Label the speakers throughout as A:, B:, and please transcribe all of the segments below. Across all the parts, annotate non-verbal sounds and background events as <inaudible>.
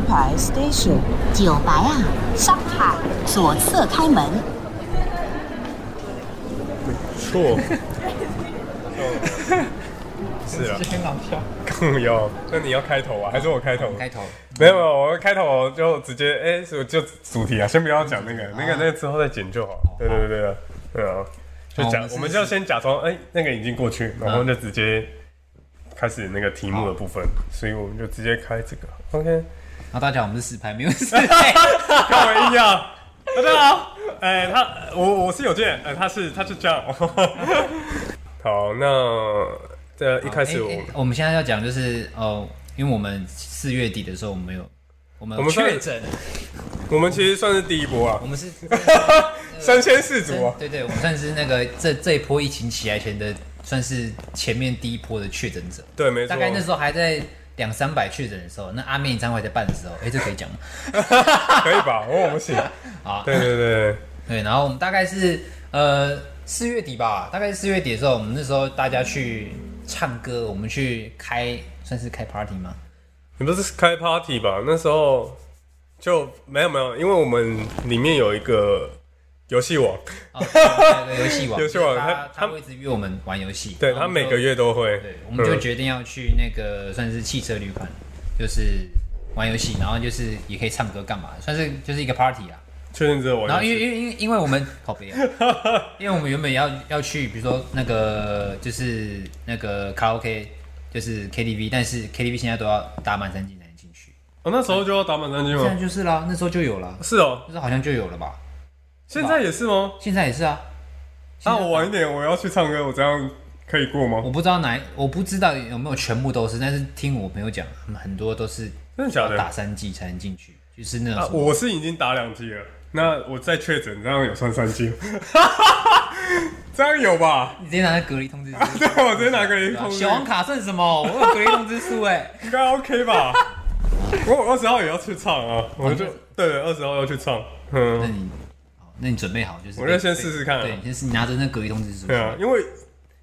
A: 挥手，
B: 九白啊，上海左侧开门。
C: 错，哦是啊， <laughs>
D: 先朗跳，
C: 更要。那你要开头啊，还是我开头？
D: 开头。
C: 没有没有，我开头就直接哎，就就主题啊，先不要讲那个，那个那个之后再剪就好。对对对对对，对啊，就
D: 好我们
C: 假
D: 是
C: 我们就先假装哎，那个已经过去，然后就直接开始那个题目的部分，所以我们就直接开这个。OK，
D: 好，啊大家好，我们是实拍，没有哎实
C: <laughs>
D: 拍。
C: 看我一
D: <laughs>
C: 样。大家好，哎，他我我是有健，哎，他是他是这样。
D: <laughs>
C: 好，那这一开始我
D: 好哎诶诶我们现在要讲就是哦，因为我们四月底的时候，我们有我们
C: 我们算
D: 确诊，
C: 我们其实算是第一波啊
D: 我，们
C: <laughs>
D: 是
C: 三千四足啊。
D: 对对，我们算是那个这这一波疫情起来前的，算是前面第一波的确诊者。
C: 对，没错。
D: 大概那时候还在两三百确诊的时候，那阿面演唱会在办的时候，哎、这可以讲吗？
C: 可以吧？我
D: <laughs>
C: 不行。
D: 啊，
C: 对对对，
D: 对，然后我们大概是呃四月底吧，大概是四月底的时候，我们那时候大家去唱歌，我们去开算是开 party 吗？
C: 你不是开 party 吧？那时候就没有没有，因为我们里面有一个游戏网，
D: 哦，对对游戏
C: <laughs>
D: 网，
C: 游戏网
D: 就是他
C: 他
D: 他会一直约我们玩游戏，
C: 对
D: 然后
C: 他
D: 我们
C: 每
D: 就
C: 个月都会。
D: 哦对，我们就
C: 嗯
D: 决定要去那个算是汽车旅馆，就是玩游戏，然后就是也可以唱歌干嘛，算是就是一个 party 啦。
C: 确认之后我就
D: 然后因为
C: 去，
D: 因为因为因为我们好悲啊，因为我们原本要要去，比如说那个就是那个卡拉 OK，就是 KTV，但是 KTV 现在都要打满三金才能进去，
C: 哦那时候就要打满三金
D: 现在
C: 吗？
D: 就是啦，那时候就有啦，
C: 是哦，
D: 就是好像就有了吧，
C: 现在也是吗？
D: 现在也是啊。
C: 那
D: 现在
C: 我晚一点我要去唱歌，我这样可以过吗？
D: 我不知道哪一，我不知道有没有全部都是，但是听我朋友讲，他们很多都是
C: 真的假的
D: 打三剂才能进去，就是那种
C: 啊
D: 什，么
C: 我是已经打两剂了，那我再确诊，这样有算三剂吗？ <laughs> 这样有吧？
D: 你直接拿那隔离通知书，
C: <laughs> 对，我直接拿给你
D: 对啊
C: 通知。
D: 小黄卡算什么？我有隔离通知书哎、
C: 应该 OK 吧？我二十号也要去唱啊，我就
D: 哦
C: 对二十号要去唱，<laughs>
D: 那
C: 嗯，
D: 你好，那你准备好就是被？
C: 我就先试试看啊
D: 对，你先试，你拿着那隔离通知书。
C: 对啊，因为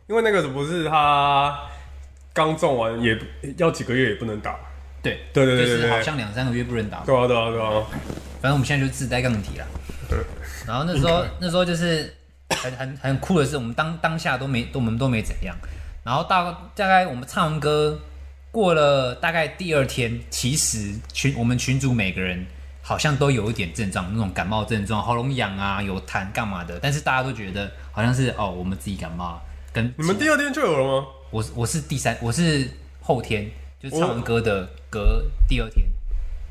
C: 因为那个不是他刚中完也要几个月也不能打，
D: 对
C: 对对对
D: 就
C: 对
D: 是
C: 对
D: 好像两三个月不能打，
C: 对啊对啊对啊，
D: 反正我们现在就自带杠
C: <laughs>
D: 体了。然后那时候那时候就是很很很酷的是，我们当当下都没都我们都没怎样。然后大大概我们唱完歌过了大概第二天，其实群我们群主每个人好像都有一点症状，那种感冒症状，喉咙痒啊，有痰干嘛的。但是大家都觉得好像是哦，我们自己感冒。跟
C: 你们第二天就有了吗？
D: 我是我是第三，我是后天，就是唱完
C: 我
D: 歌的隔第二天。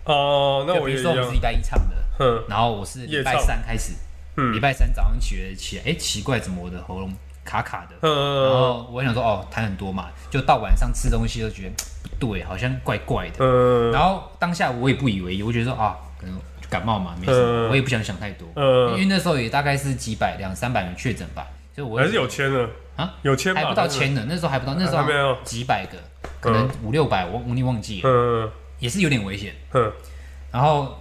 C: 哦，那
D: 就
C: 我
D: 比
C: 也
D: 如
C: 一
D: 说我们是礼
C: 样，嗯
D: 拜一唱的，
C: 哼，
D: 然后我是礼拜
C: 夜唱
D: 三开始，
C: 嗯
D: 礼拜三早上起来起来，哎、奇怪，怎么我的喉咙卡卡的？然
C: 嗯
D: 后我想说，哦，痰很多嘛，就到晚上吃东西都觉得嘖不对，好像怪怪的。
C: 嗯
D: 然后当下我也不以为意，我觉得说啊，可能就感冒嘛，没什
C: 嗯
D: 么，我也不想想太多，
C: 嗯
D: 因为那时候也大概是几百两三百人确诊吧，所以我
C: 还是有签了，
D: 啊，
C: 有签吧
D: 还不到千呢，那时候还不到，那时候
C: 还没有
D: 几百个，可能五六百，我我你忘记了，
C: 嗯
D: 也是有点危险。
C: 哼，
D: 然后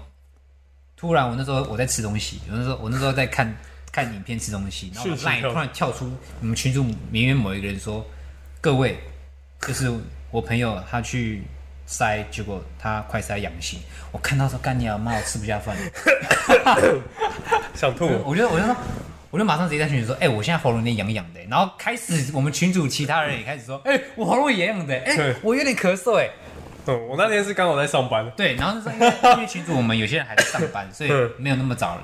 D: 突然我那时候我在吃东西，我那时候我那时候在看看影片吃东西，然后我
C: 讯息
D: 赖
C: 跳
D: 突然跳出我们群主里面某一个人说：“各位，就是我朋友他去筛，结果他快筛阳性。”我看到说：“干你啊妈，我吃不下饭。
C: 想吐，”
D: 我就我就说。我就马上直接在群里说，哎、我现在喉咙有点痒痒的、然后开始我们群主其他人也开始说，哎、我喉咙也痒痒的、哎、
C: 对
D: 我有点咳嗽、哎，
C: 嗯，我那天是刚好在上班，
D: 对，然后那时候因为因为群主我们有些人还在上班，所以
C: 嗯
D: 没有那么早了，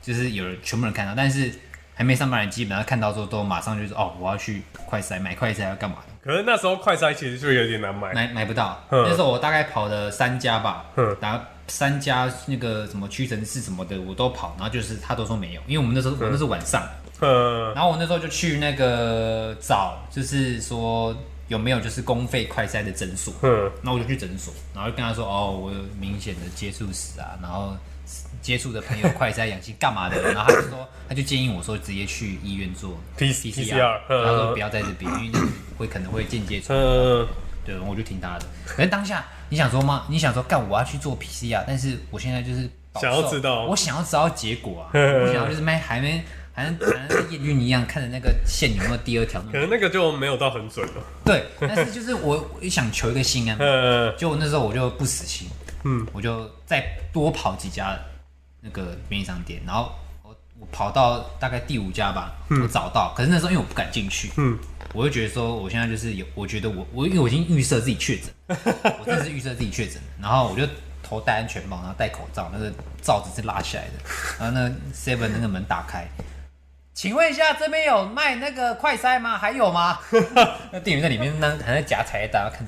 D: 就是有人全部人看到，但是还没上班的人基本上看到之后都马上就是哦，我要去快筛买快筛要干嘛的，
C: 可是那时候快筛其实就有点难买，
D: 买买不到。
C: 嗯
D: 那时候我大概跑了三家吧
C: 嗯，
D: 打三家那个什么屈臣氏什么的我都跑，然后就是他都说没有，因为我们那时候我那是晚上，
C: 嗯
D: 然后我那时候就去那个找，就是说有没有就是公费快筛的诊所，
C: 嗯
D: 那我就去诊所，然后就跟他说，哦，我有明显的接触史啊，然后接触的朋友快筛阳性干嘛的，然后他就说，他就建议我说直接去医院做
C: P-
D: PCR，
C: 嗯
D: 他说不要在这边，因为会可能会间接传，
C: 嗯，
D: 对，我就听他的。可是当下你想说吗？你想说干我要去做 PCR，但是我现在就是饱受
C: 想要知道
D: 我想要知道
C: <laughs>
D: 结果啊，
C: 嗯
D: 我想要就是没还没。好像好像跟验孕一样，看着那个线有没有第二条那
C: 可
D: 种。
C: 能那个就没有到很准了，
D: 对，但是就是我，我想求一个心安嘛。
C: 嗯
D: 就那时候我就不死心，嗯，我就再多跑几家那个便利商店，然后我我跑到大概第五家吧，我找到，可是那时候因为我不敢进去，
C: 嗯，
D: 我就觉得说我现在就是有，我觉得我我因为我已经预设自己确 <laughs> 诊，我真的是预设自己确诊，然后我就头戴安全帽，然后戴口罩，那个罩子是拉起来的，然后那 seven 那个门打开。请问一下，这边有卖那个快塞吗？还
C: <laughs>
D: 有吗？那店员在里面那还在夹菜单，啊看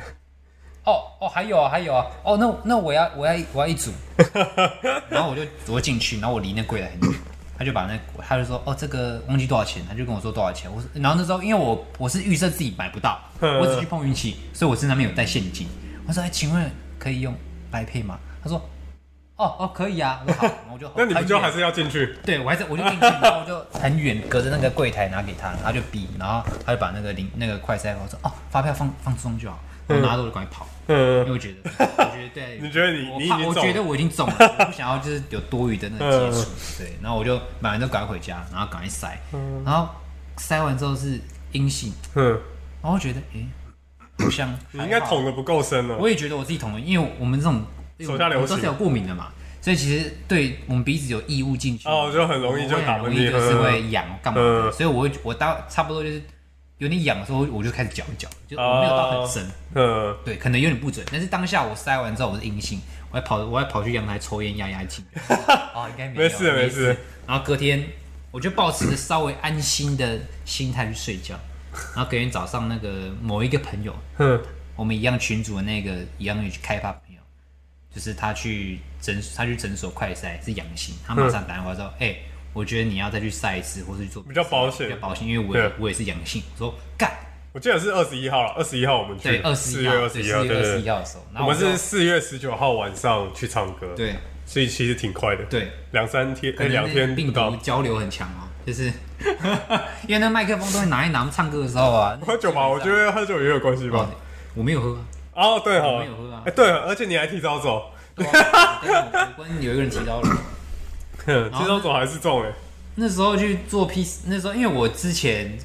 D: 哦哦，还有啊，还有啊，哦，那那我要我要我要一
C: <laughs>
D: 组，然后我就我就进去，然后我离那柜台很远，他就把那他就说哦这个忘记多少钱，他就跟我说多少钱，我说然后那时候因为我我是预设自己买不到，
C: 嗯
D: 我只去碰运气，所以我身上没有带现金，我说哎请问可以用白配吗？他说哦哦可以啊，我说好，然后我就
C: <laughs> 那你不就
D: 很远
C: 还是要进去？
D: 对，我还是我就进去，然后我就很远隔着那个柜台拿给他，他就比，然后他就把那个零那个快塞，我说哦，发票放放松就好，我拿着我就赶快跑，因为
C: 嗯，
D: 我觉得，我觉得对，
C: 你觉得你
D: 我
C: 你已
D: 怕
C: 经
D: 我
C: 中
D: 觉
C: 了
D: 得我已经中了，我不想要就是有多余的那个接触，对，然后我就买完就赶快回家，然后赶快塞，然后塞完之后是阴性，
C: 嗯，
D: 然后我觉得诶，好像
C: 你应该
D: 还好啊
C: 捅的不够深哦 <laughs> 了。
D: 我也觉得我自己捅了，因为我们这种
C: 手下留情
D: 我们都是有过敏的嘛，所以其实对我们鼻子有异物进去，
C: 哦就很容易就
D: 我会
C: 打
D: 很容
C: 喷
D: 易
C: 嚏
D: 就是
C: 嗯
D: 会痒干嘛的，
C: 嗯
D: 所以我会我到差不多就是有点痒的时候，我就开始搅一搅，就我没有到很深，
C: 嗯，
D: 对，可能有点不准，但是当下我塞完之后我是阴性，我还跑我还跑去阳台抽烟压
C: <laughs>
D: 压惊，哦，应该没
C: 没
D: 有
C: 事没事。
D: 然后隔天我就抱持着稍微安心的心态去睡觉，然后隔天早上那个某一个朋友
C: 嗯，
D: 我们一样群主的那个一样去开发朋友，就是他去诊他去诊所快筛是阳性，
C: 嗯
D: 他马上打电话说：“哎、我觉得你要再去筛一次，或是做
C: 比较保险
D: 比较保险，因为我也
C: 对
D: 我也是阳性。”我说：“干，
C: 我记得是二十一号了，二十一号我们去
D: 对，
C: 的，
D: 二
C: 四
D: 十一
C: 月
D: 号，
C: 二十
D: 对，四
C: 一
D: 月
C: 号，对
D: 二十
C: 对
D: 一
C: 对，
D: 号的时候，然
C: 我们
D: 后就是
C: 四月十九号晚上去唱歌，，
D: 对
C: 所以其实挺快的，
D: 对，
C: 两三天，哎，
D: 可能
C: 两
D: 那
C: 天
D: 病
C: 不
D: 毒
C: 到。
D: 交流很强哦，就是 <laughs> 因为那麦克风都会拿一拿，唱歌的时候啊，
C: 喝酒嘛，我觉得喝酒也有关系吧
D: 哦。，我没有喝、啊。
C: 哦，对哈，
D: 我没有喝啊
C: 哎，对，而且你还提早走，
D: 对啊，但是我我关有一个人提到了。哦
C: 哼提早走还是中哎，
D: 那时候去做 P，那时候因为我之前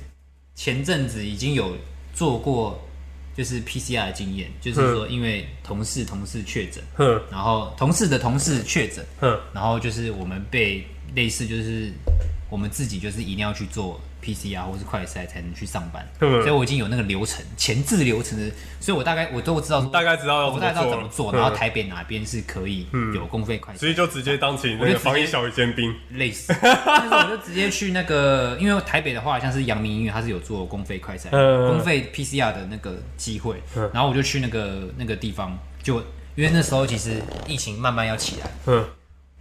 D: 前阵子已经有做过就是 PCR 的经验，就是
C: 嗯
D: 说因为同事同事确诊，
C: 哼
D: 然后同事的同事确诊，
C: 哼，
D: 然后就是我们被类似就是我们自己就是一定要去做 PCR 或是快筛才能去上班，
C: 嗯
D: 所以我已经有那个流程前置流程的，所以我大概我都知道说
C: 大概知道要
D: 我大概知道
C: 怎
D: 怎
C: 么
D: 么
C: 做
D: 做，
C: 了
D: 然
C: 嗯
D: 后台北哪边是可以有公费快筛
C: 所以就直接当起
D: 我
C: 那
D: 就
C: 个
D: 直接
C: 防疫小尖兵。<laughs>
D: 类似，但是我就直接去那个，因为台北的话，像是阳明医院，它是有做公费快筛、
C: 嗯
D: 公费 PCR 的那个机会
C: 嗯，
D: 然后我就去那个那个地方，就因为那时候其实疫情慢慢要起来，
C: 嗯，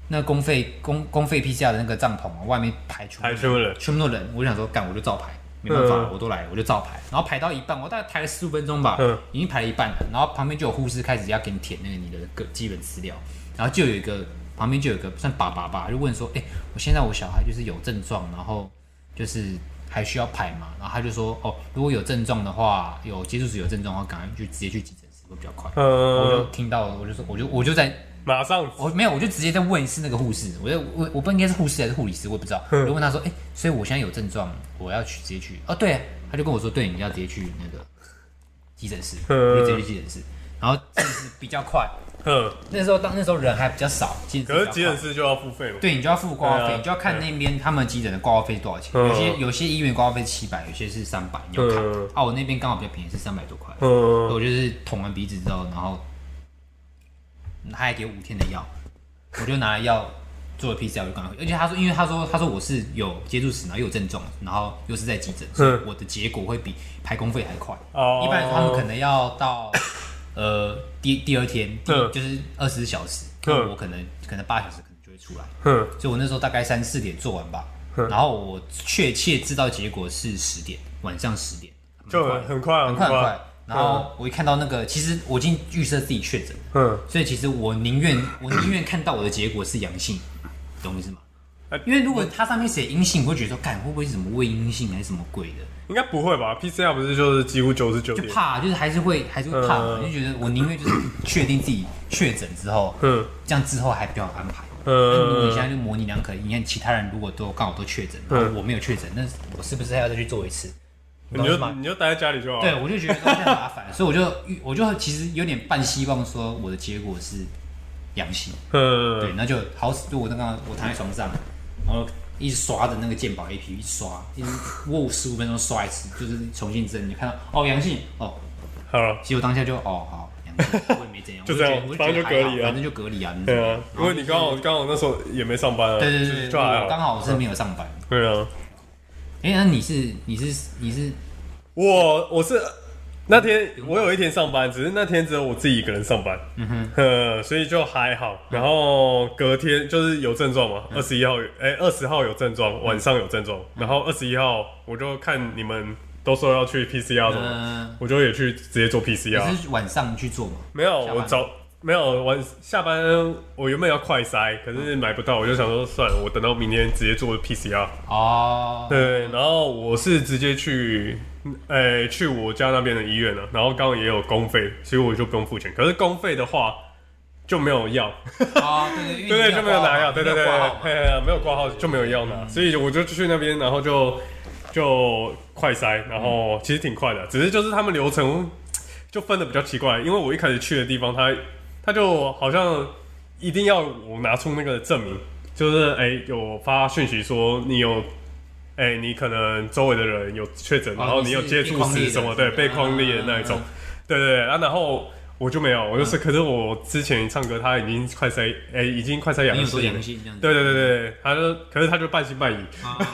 D: 那公费公公费 PCR 的那个帐篷啊，外面排出
C: 排出人
D: 全部都人，我就想说干我就照排，没办法，
C: 嗯
D: 我都来我就照排，然后排到一半，我大概排了十五分钟吧，
C: 嗯
D: 已经排了一半了，然后旁边就有护士开始要给你填那个你的个基本资料，然后就有一个旁边就有一个算爸爸吧，就问说，哎、我现在我小孩就是有症状，然后就是还需要排嘛，然后他就说，哦，如果有症状的话，有接触者有症状的话，赶快去直接去急诊室会比较快。我就
C: 嗯，
D: 听到了，我就说，我就我就在
C: 马上
D: 我没有，我就直接再问一次那个护士，我就我我不知道应该是护士还是护理师，我也不知道。我就问他说，哎、所以我现在有症状，我要去直接去。哦，对、啊，他就跟我说，对，你要直接去那个急诊室，
C: 嗯
D: 我就直接去急诊室，然后其实比较快。
C: 嗯，
D: 那时候当那时候人还比较少，急
C: 可
D: 诊室
C: 是
D: 比
C: 急
D: 较
C: 诊
D: 快。
C: 室就要付费了。
D: 对，你就要付挂号
C: 对
D: 费，
C: 啊
D: 你就要看那边他们急诊的挂号费是多少钱。
C: 嗯
D: 有些有些医院挂号费七百，有些是三百，你要看
C: 嗯。
D: 啊，我那边刚好比较便宜，是三百多块。
C: 嗯，
D: 我就是捅完鼻子之后，然后他还给我五天的药，我就拿了药做了 PCR，我就赶快回。而且他说，因为他说他说我是有接触史，然后又有症状，然后又是在急诊，所以我的结果会比排公费还快。
C: 哦
D: 一般来说他们可能要到呃第第二天，第
C: 嗯
D: 就是二十四小时，
C: 嗯
D: 那我可能可能八小时可能就会出来。
C: 哼
D: 所以我那时候大概三四点做完吧，
C: 嗯
D: 然后我确切知道结果是十点，晚上十点，
C: 就
D: 蛮
C: 很
D: 快的
C: 很快
D: 很
C: 很
D: 快很
C: 快
D: 快。。然后我一看到那个，其实我已经预设自己确诊了，
C: 嗯，
D: 所以其实我宁愿我宁愿看到我的结果是阳性，懂我意思吗
C: 呃？
D: 因为如果它上面写阴性，我会觉得说，干会不会是什么胃阴性还是什么鬼的，
C: 应该不会吧？PCR 不是就是几乎九十九
D: 就
C: 点？
D: 怕，就是还是会还是会怕嘛，
C: 嗯
D: 就觉得我宁愿就是确定自己确诊之后，
C: 嗯
D: 这样之后还比较好安排。那如果你现在
C: 嗯
D: 就模棱两可，你看其他人如果都刚好都确诊，
C: 嗯
D: 然后我没有确诊，那我是不是还要再去做一次？
C: 你
D: 懂我意思
C: 就
D: 吗？
C: 你就待在家里就好。
D: 对，，我就觉得这样麻烦，所以我就预我就其实有点半希望说我的结果是阳息。对，
C: 嗯，
D: 那就好死，就我刚刚我躺在床上，然后一直刷着那个鉴宝 A P P，一直刷，一直我五十五分钟刷一次，就是重新真，你看到哦阳性哦，
C: 好了，
D: 其实我当下就哦好阳性，我也没怎
C: <laughs>
D: 样，
C: 就
D: 我
C: 这样
D: 觉得我
C: 反正
D: 觉得
C: 就
D: 还好
C: 隔离啊
D: 反正就隔离啊，你
C: 对
D: 怎么样
C: 啊，因为你刚好刚好那时候也没上班啊，
D: 对对对
C: 就
D: 对，
C: 还
D: 我刚
C: 好，
D: 好我是没有上班。
C: 对啊，
D: 哎、那你是你是你是
C: 我我是那天我有一天上班，只是那天只有我自己一个人上班，嗯哼，呃，所以就还好。
D: 嗯
C: 然后隔天就是有症状嘛，二十一号有，哎、二十号有症
D: 嗯
C: 状，晚上有症状，然后二十一号我就看你们都说要去 PCR 什么，
D: 嗯
C: 我就也去直接做 PCR，
D: 你是晚上去做吗？
C: 没有，
D: 下班
C: 我早没有晚下班，我原本要快筛，可是买不到，我就想说算了，我等到明天直接做 PCR。
D: 哦，
C: 对，然后我是直接去，呃、去我家那边的医院了，然后刚刚也有公费，所以我就不用付钱。可是公费的话就没有药，
D: 哦，对对，因为
C: 对对，就没有嗯拿药，对对对，
D: 对
C: 对嘿嘿没有挂号就没有药拿，所以我就去那边，然后就就快筛，然后其实挺快的，只是就是他们流程就分的比较奇怪，因为我一开始去的地方，他他就好像一定要我拿出那个证明，就是哎、有发讯息说你有。哎、你可能周围的人有确诊，
D: 哦
C: 然后你有接触史什么，对，
D: 你是
C: 被
D: 被框
C: 框
D: 列
C: 列
D: 的
C: 的那一种
D: 嗯，
C: <laughs> 对对对，啊，然后我就没有，我就是，可是我之前唱歌，他已经快筛，哎、已经快筛阳
D: 你有说
C: 性了
D: 阳，性这样子，啊
C: 对对对对，他就可是他就半信半疑， <laughs>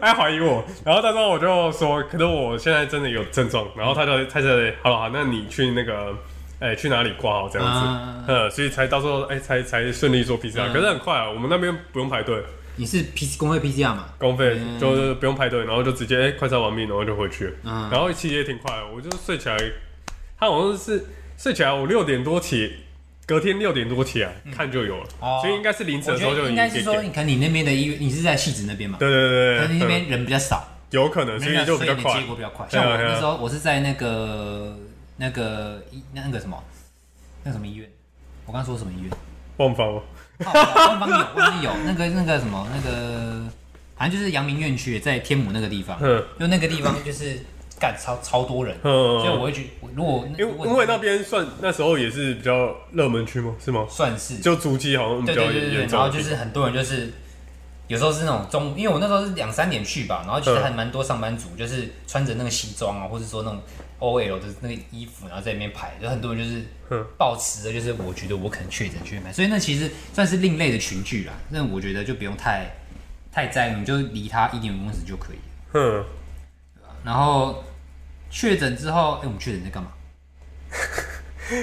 C: 还怀疑我。然后到时候我就说，可是我现在真的有症状。然后他就他就好了好，那你去那个哎、去哪里挂号这样子，
D: 嗯
C: 嗯，所以才到时候哎、才才顺利做 PCR、
D: 嗯
C: 可是很快啊，我们那边不用排队，
D: 你是 P 工会 P C R 嘛？
C: 公费
D: 嗯
C: 就是不用排队，然后就直接哎、快筛完毕，然后就回去。
D: 嗯
C: 然后其实也挺快的，我就睡起来，他好像是睡起来我六点多起。隔天六点多起来、啊看就有了，
D: 哦
C: 所以应该是凌晨
D: 我
C: 的时
D: 觉
C: 候就
D: 得
C: 已经
D: 应该
C: 给
D: 是
C: 给
D: 说，你看你那边的医院，你是在戏子那边嘛？
C: 对对对
D: 可
C: 对，
D: 能那
C: 嗯
D: 边人比较少，
C: 有可能，所以就比较
D: 所以你
C: 快
D: 结。果比较快。
C: 对啊
D: 像我
C: 对啊
D: 那时候，我是在那个那个医那那个什么那个什么医院，我刚刚说什么医院？
C: 忘房吗？
D: 哦我忘了忘记有，忘记有那个那个什么那个，反正就是阳明院区，在天母那个地方，
C: 嗯
D: 因为那个地方就是干超超多人，所以我
C: 嗯，
D: 会去。我如果
C: 因
D: 如
C: 为
D: 果
C: 因为那边算那时候也是比较热门区吗？是吗？
D: 算是
C: 就足迹好像比
D: 对
C: 较
D: 对对对，
C: 严
D: 然后
C: 重
D: 就
C: 一点。
D: 是很多人就是有时候是那种中，因为我那时候是两三点去吧，然后其实还蛮多上班族，就是穿着那个西装啊，或者说那种 OL 的那个衣服，然后在那边排，有很多人就是
C: 嗯
D: 抱持着就是我觉得我可能确诊去买，所以那其实算是另类的群聚啦。那我觉得就不用太太在意，你就离他一点五公尺就可以了。
C: 嗯，
D: 然后确诊之后，哎、我们确诊在干嘛？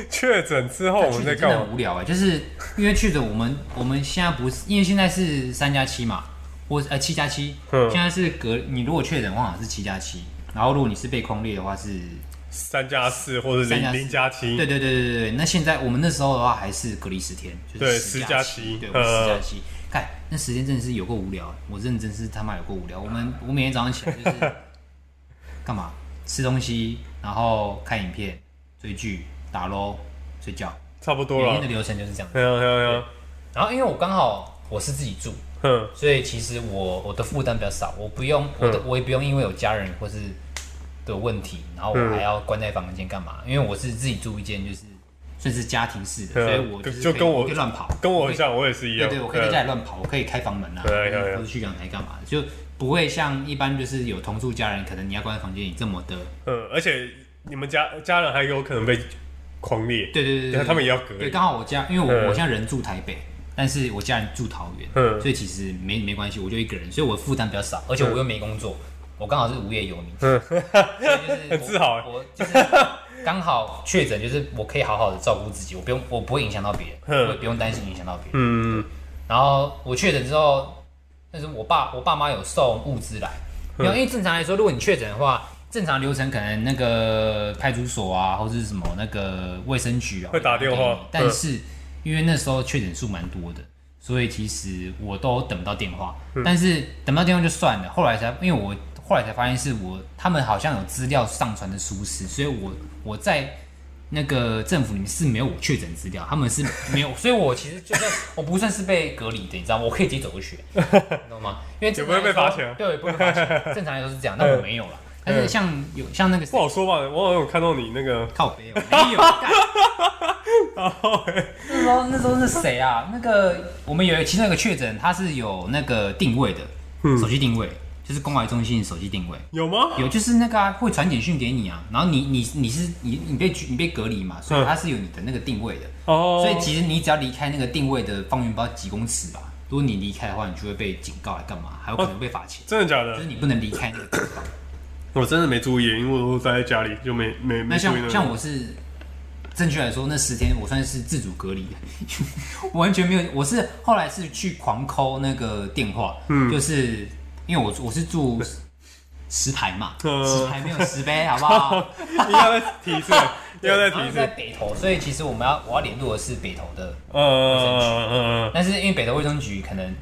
C: 确诊之后我们在干
D: 确诊真的
C: 嘛？
D: 很无聊哎、就是因为确诊，我们我们现在不是，因为现在是三加七嘛，或呃七加七，
C: 嗯
D: 现在是隔你如果确诊的话好像是七加七，然后如果你是被框列的话是，
C: 三加四或者
D: 三加
C: 零
D: 四
C: 零加
D: 对
C: 七
D: 对，对对对对。那现在我们那时候的话还是隔离十天，就
C: 对
D: 是
C: 10
D: 加
C: 加七
D: 对，我
C: 嗯
D: 们十加七。看那时间真的是有够无聊，欸我认真是他妈有够无聊。我们我每天早上起来就是
C: <laughs>
D: 干嘛？吃东西，然后看影片、追剧、打喽、睡觉。
C: 差不
D: 每
C: 多
D: 天
C: 了
D: 的。流程就是这样。
C: 对啊对啊
D: 然后因为我刚好我是自己住，
C: 对啊，
D: 所以其实我我的负担比较少，我不用
C: 嗯
D: 我的、我也不用因为有家人或是的问题，然后
C: 嗯
D: 我还要关在房间干嘛？因为我是自己住一间，就是算是家庭式的，
C: 嗯
D: 所以我就是
C: 就
D: 可以
C: 跟我
D: 可以乱跑
C: 嗯，，跟我很
D: 可以。
C: 像，我也是一
D: 对
C: 样。嗯
D: 对，我可以在家里乱跑，我可以开房门啊，
C: 对对对
D: 或者去阳台干嘛的，就不会像一般就是有同住家人，可能你要关在房间里这么的。
C: 嗯，而且你们家家人还有可能被狂裂。
D: 对对对对，
C: 他们也要隔
D: 对，
C: 离。
D: 刚好我家，因为我、
C: 嗯
D: 我现在人住台北，但是我家人住桃园，
C: 嗯
D: 所以其实没没关系，我就一个人，所以我负担比较少，而且我又没工作，我刚好是无业游民，嗯，就是
C: <laughs> 很自豪欸
D: 我我就是刚好确诊，就是我可以好好的照顾自己，我不用我不会影响到别人，
C: 嗯
D: 我也不用担心影响到别人。
C: 嗯
D: 然后我确诊之后，但是我爸我爸妈有送物资来，
C: 嗯
D: 没有，因为正常来说，如果你确诊的话，正常流程可能那个派出所啊，或者是什么那个卫生局啊
C: 会打电话嗯
D: 给你但是因为那时候确诊数蛮多的，所以其实我都等不到电话，
C: 嗯
D: 但是等不到电话就算了，后来才因为我后来才发现是我他们好像有资料上传的疏失，所以我我在。那个政府里面是没有我确诊资料，他们是没有，所以我其实就是我不算是被隔离的，你知道吗，我可以直接走过去，你懂吗？因为
C: 也不会被罚钱 <laughs> 嗯
D: 对，不会被罚钱。正常来说是这样，但我没有了，但是像有像那个谁
C: 不好说吧？我好像有看到你那个， <laughs>
D: 靠北哦，没有。干
C: 然后欸
D: 那时候那时候是谁啊？那个我们有其中有一个确诊，他是有那个定位的，
C: 嗯
D: 手机定位，就是关怀中心手机定位。
C: 有吗？
D: 有就是那个、啊、会传简讯给你啊，然后你你你是你你被你被隔离嘛，所以
C: 嗯
D: 它是有你的那个定位的，
C: 哦，
D: 所以其实你只要离开那个定位的方圆不知道几公尺吧，如果你离开的话，你就会被警告来干嘛，还有
C: 哦
D: 可能被罚钱，
C: 真的假
D: 就
C: 的
D: 是？你不能离开那个地方。
C: 我真的没注意，因为我都待在家里，就没没
D: 那
C: 没注意
D: 像
C: 个 <laughs>
D: 像我是，正确来说，那十天我算是自主隔离， <laughs> 我完全没有。我是后来是去狂抠那个电话，
C: 嗯
D: 就是因为我我是住石牌嘛，
C: 嗯
D: 石牌没有
C: <laughs>
D: 石碑，好不好？
C: 一定要再提一次，一定要再
D: 然后
C: 提一
D: 是
C: 次
D: 在。北投，所以其实我们要我要联络的是北投的，
C: 呃呃呃，
D: 但是因为北投卫生局可能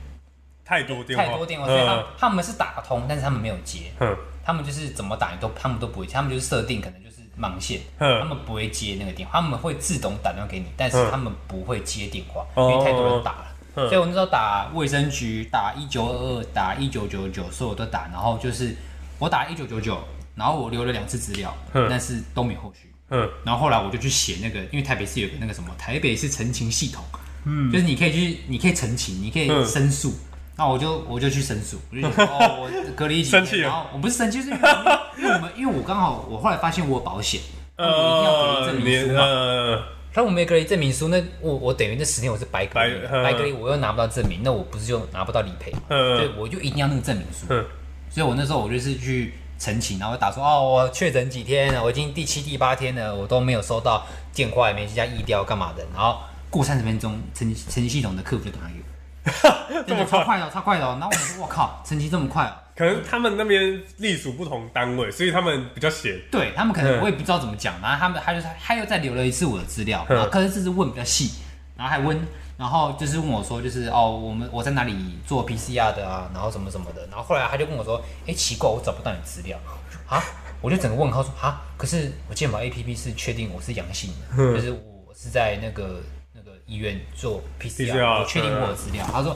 C: 太多电话，
D: 太多电话，所以他们
C: 嗯
D: 他们是打通，但是他们没有接，
C: 嗯
D: 他们就是怎么打你都他们都不会接，他们就是设定可能就是盲线，
C: 嗯
D: 他们不会接那个电话，他们会自动打电话给你，但是
C: 嗯
D: 他们不会接电话，
C: 哦
D: 因为太多人打了。
C: 嗯
D: 所以我那时候打卫生局，打一九二二，打一九九九，所有都打，然后就是我打一九九九，然后我留了两次资料，
C: 嗯
D: 但是都没有后续。
C: 嗯
D: 然后后来我就去写那个，因为台北市有个那个什么台北市澄清系统，嗯，就是你可以去，你可以澄清，你可以
C: 嗯
D: 申诉。那我就我就去申诉，我
C: <laughs>
D: 就想说哦，我隔离几
C: 生气
D: 天，
C: 了
D: 然后我不是生气，就是因为我们因为我们因为我刚好我后来发现我有保险，那我一定要隔离证明
C: 呃
D: 书
C: 你
D: 嘛。
C: 嗯呃
D: 然后我没有隔离证明书，那我我等于那十天我是白隔离
C: 白
D: 了，
C: 嗯
D: 白隔离我又拿不到证明，那我不是就拿不到理赔嘛？
C: 嗯
D: 对，我就一定要那个证明书。
C: 嗯
D: 所以我那时候我就是去澄清，然后打说哦，我确诊几天了，我已经第七、第八天了，我都没有收到电话，也没去加疫调干嘛的。然后过三十分钟，澄澄系统的客服就打给我，真的超快的哦，超快的哦。然后我说我靠，澄清这么快哦。
C: 可能他们那边隶属不同单位，所以他们比较闲。
D: 对他们可能我也不知道怎么讲，然后他们他就是他又再留了一次我的资料，
C: 嗯
D: 然后可是这次问比较细，然后还问，然后就是问我说就是哦我们我在哪里做 PCR 的啊，然后什么什么的，然后后来他就跟我说，哎奇怪我找不到你资料，我说啊我就整个问号说啊可是我健保 APP 是确定我是阳性的，就是我是在那个那个医院做 PCR，,
C: PCR
D: 我确定我有资料，他说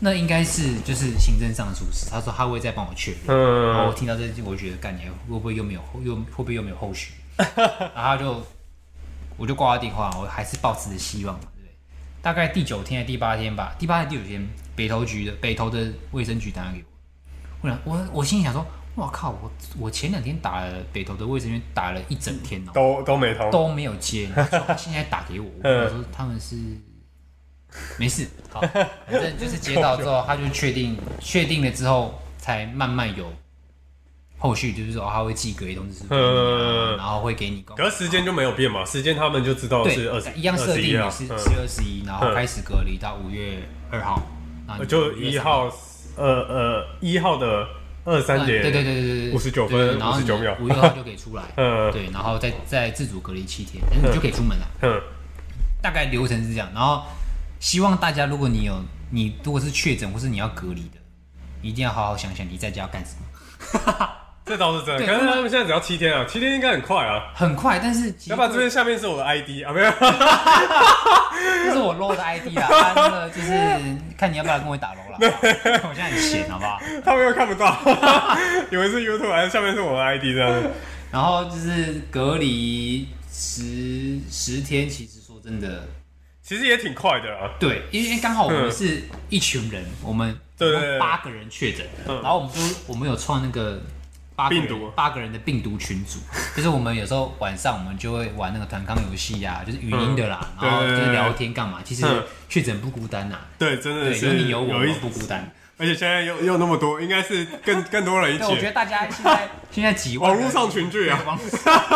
D: 那应该是就是行政上的疏失，他说他会再帮我确认。然后我
C: 嗯，
D: 听到这句，我觉得干你会不会又没有后又会不会又没有后续？然后他就我就挂了电话，我还是抱持着希望嘛，对不对？大概第九天还是第八天吧，第八天第九天，北投局的北投的卫生局打电话给我，我想我我心里想说，哇靠，我我前两天打了北投的卫生局打了一整天哦，
C: 都都没通。
D: 都没有接，然后说他现在打给我，我
C: 嗯
D: 跟我说他们是没事，
C: <laughs>
D: 好，反正就是接到之后，他就确定确定了之后，才慢慢有后续，就是说、哦、他会寄隔离通知书给你啊，
C: 嗯
D: 然后会给你公
C: 可是时间就没有变嘛，时间他们就知道是二十
D: 对呃一样设定
C: 啊
D: 也是四月二十一，然后开始隔离到五月二号，然
C: 嗯，
D: 后你
C: 就
D: 5月
C: 一
D: 3号。
C: 号，呃呃，一号的二三点，
D: 对对对对对对，
C: 59分59秒，
D: 五月二号就可以出来
C: <laughs> 嗯
D: 对，然后再再自主隔离七天，哎你就可以出门了。
C: 嗯
D: 大概流程是这样，然后希望大家，如果你有你如果是确诊或是你要隔离的，一定要好好想想你在家要干什么。
C: 这倒是真的。
D: 对
C: 可是他们现在只要七天啊，七天应该很快啊。
D: 很快，但是其
C: 要
D: 实
C: 不然这边下面是我的 ID 啊，没有， <laughs>
D: 这是我 low 的 ID 啦，他那个就是看你要不要跟我打 low 啦。我现在很闲，好不好？
C: 他们又看不到， <laughs> 以为是 YouTube，然后下面是我的 ID 这样。
D: 然后就是隔离十十天，其实说真的，
C: 其实也挺快的啊。
D: 对，因为因为刚好我们是一群人，我们
C: 嗯对对
D: 总
C: 对
D: 共八个人确诊，
C: 嗯
D: 然后我们就我们有创那个八个人
C: 病毒
D: 八个人的病毒
C: <laughs>
D: 群组，就是我们有时候晚上我们就会玩那个团康游戏呀，就是语音的啦，
C: 嗯
D: 然后就
C: 对对
D: 是
C: 对
D: 聊天干嘛。其实
C: 嗯
D: 确诊不孤单呐、啊
C: 对，真的
D: 对，
C: 是
D: 有你有我，
C: 有一
D: 我不孤单。
C: 而且现在又又那么多，应该是更更多人一
D: 对，我觉得
C: 起
D: 大家
C: <laughs>
D: 现在现在几万
C: 网
D: 人
C: 络上群聚
D: 对
C: 啊，
D: 网络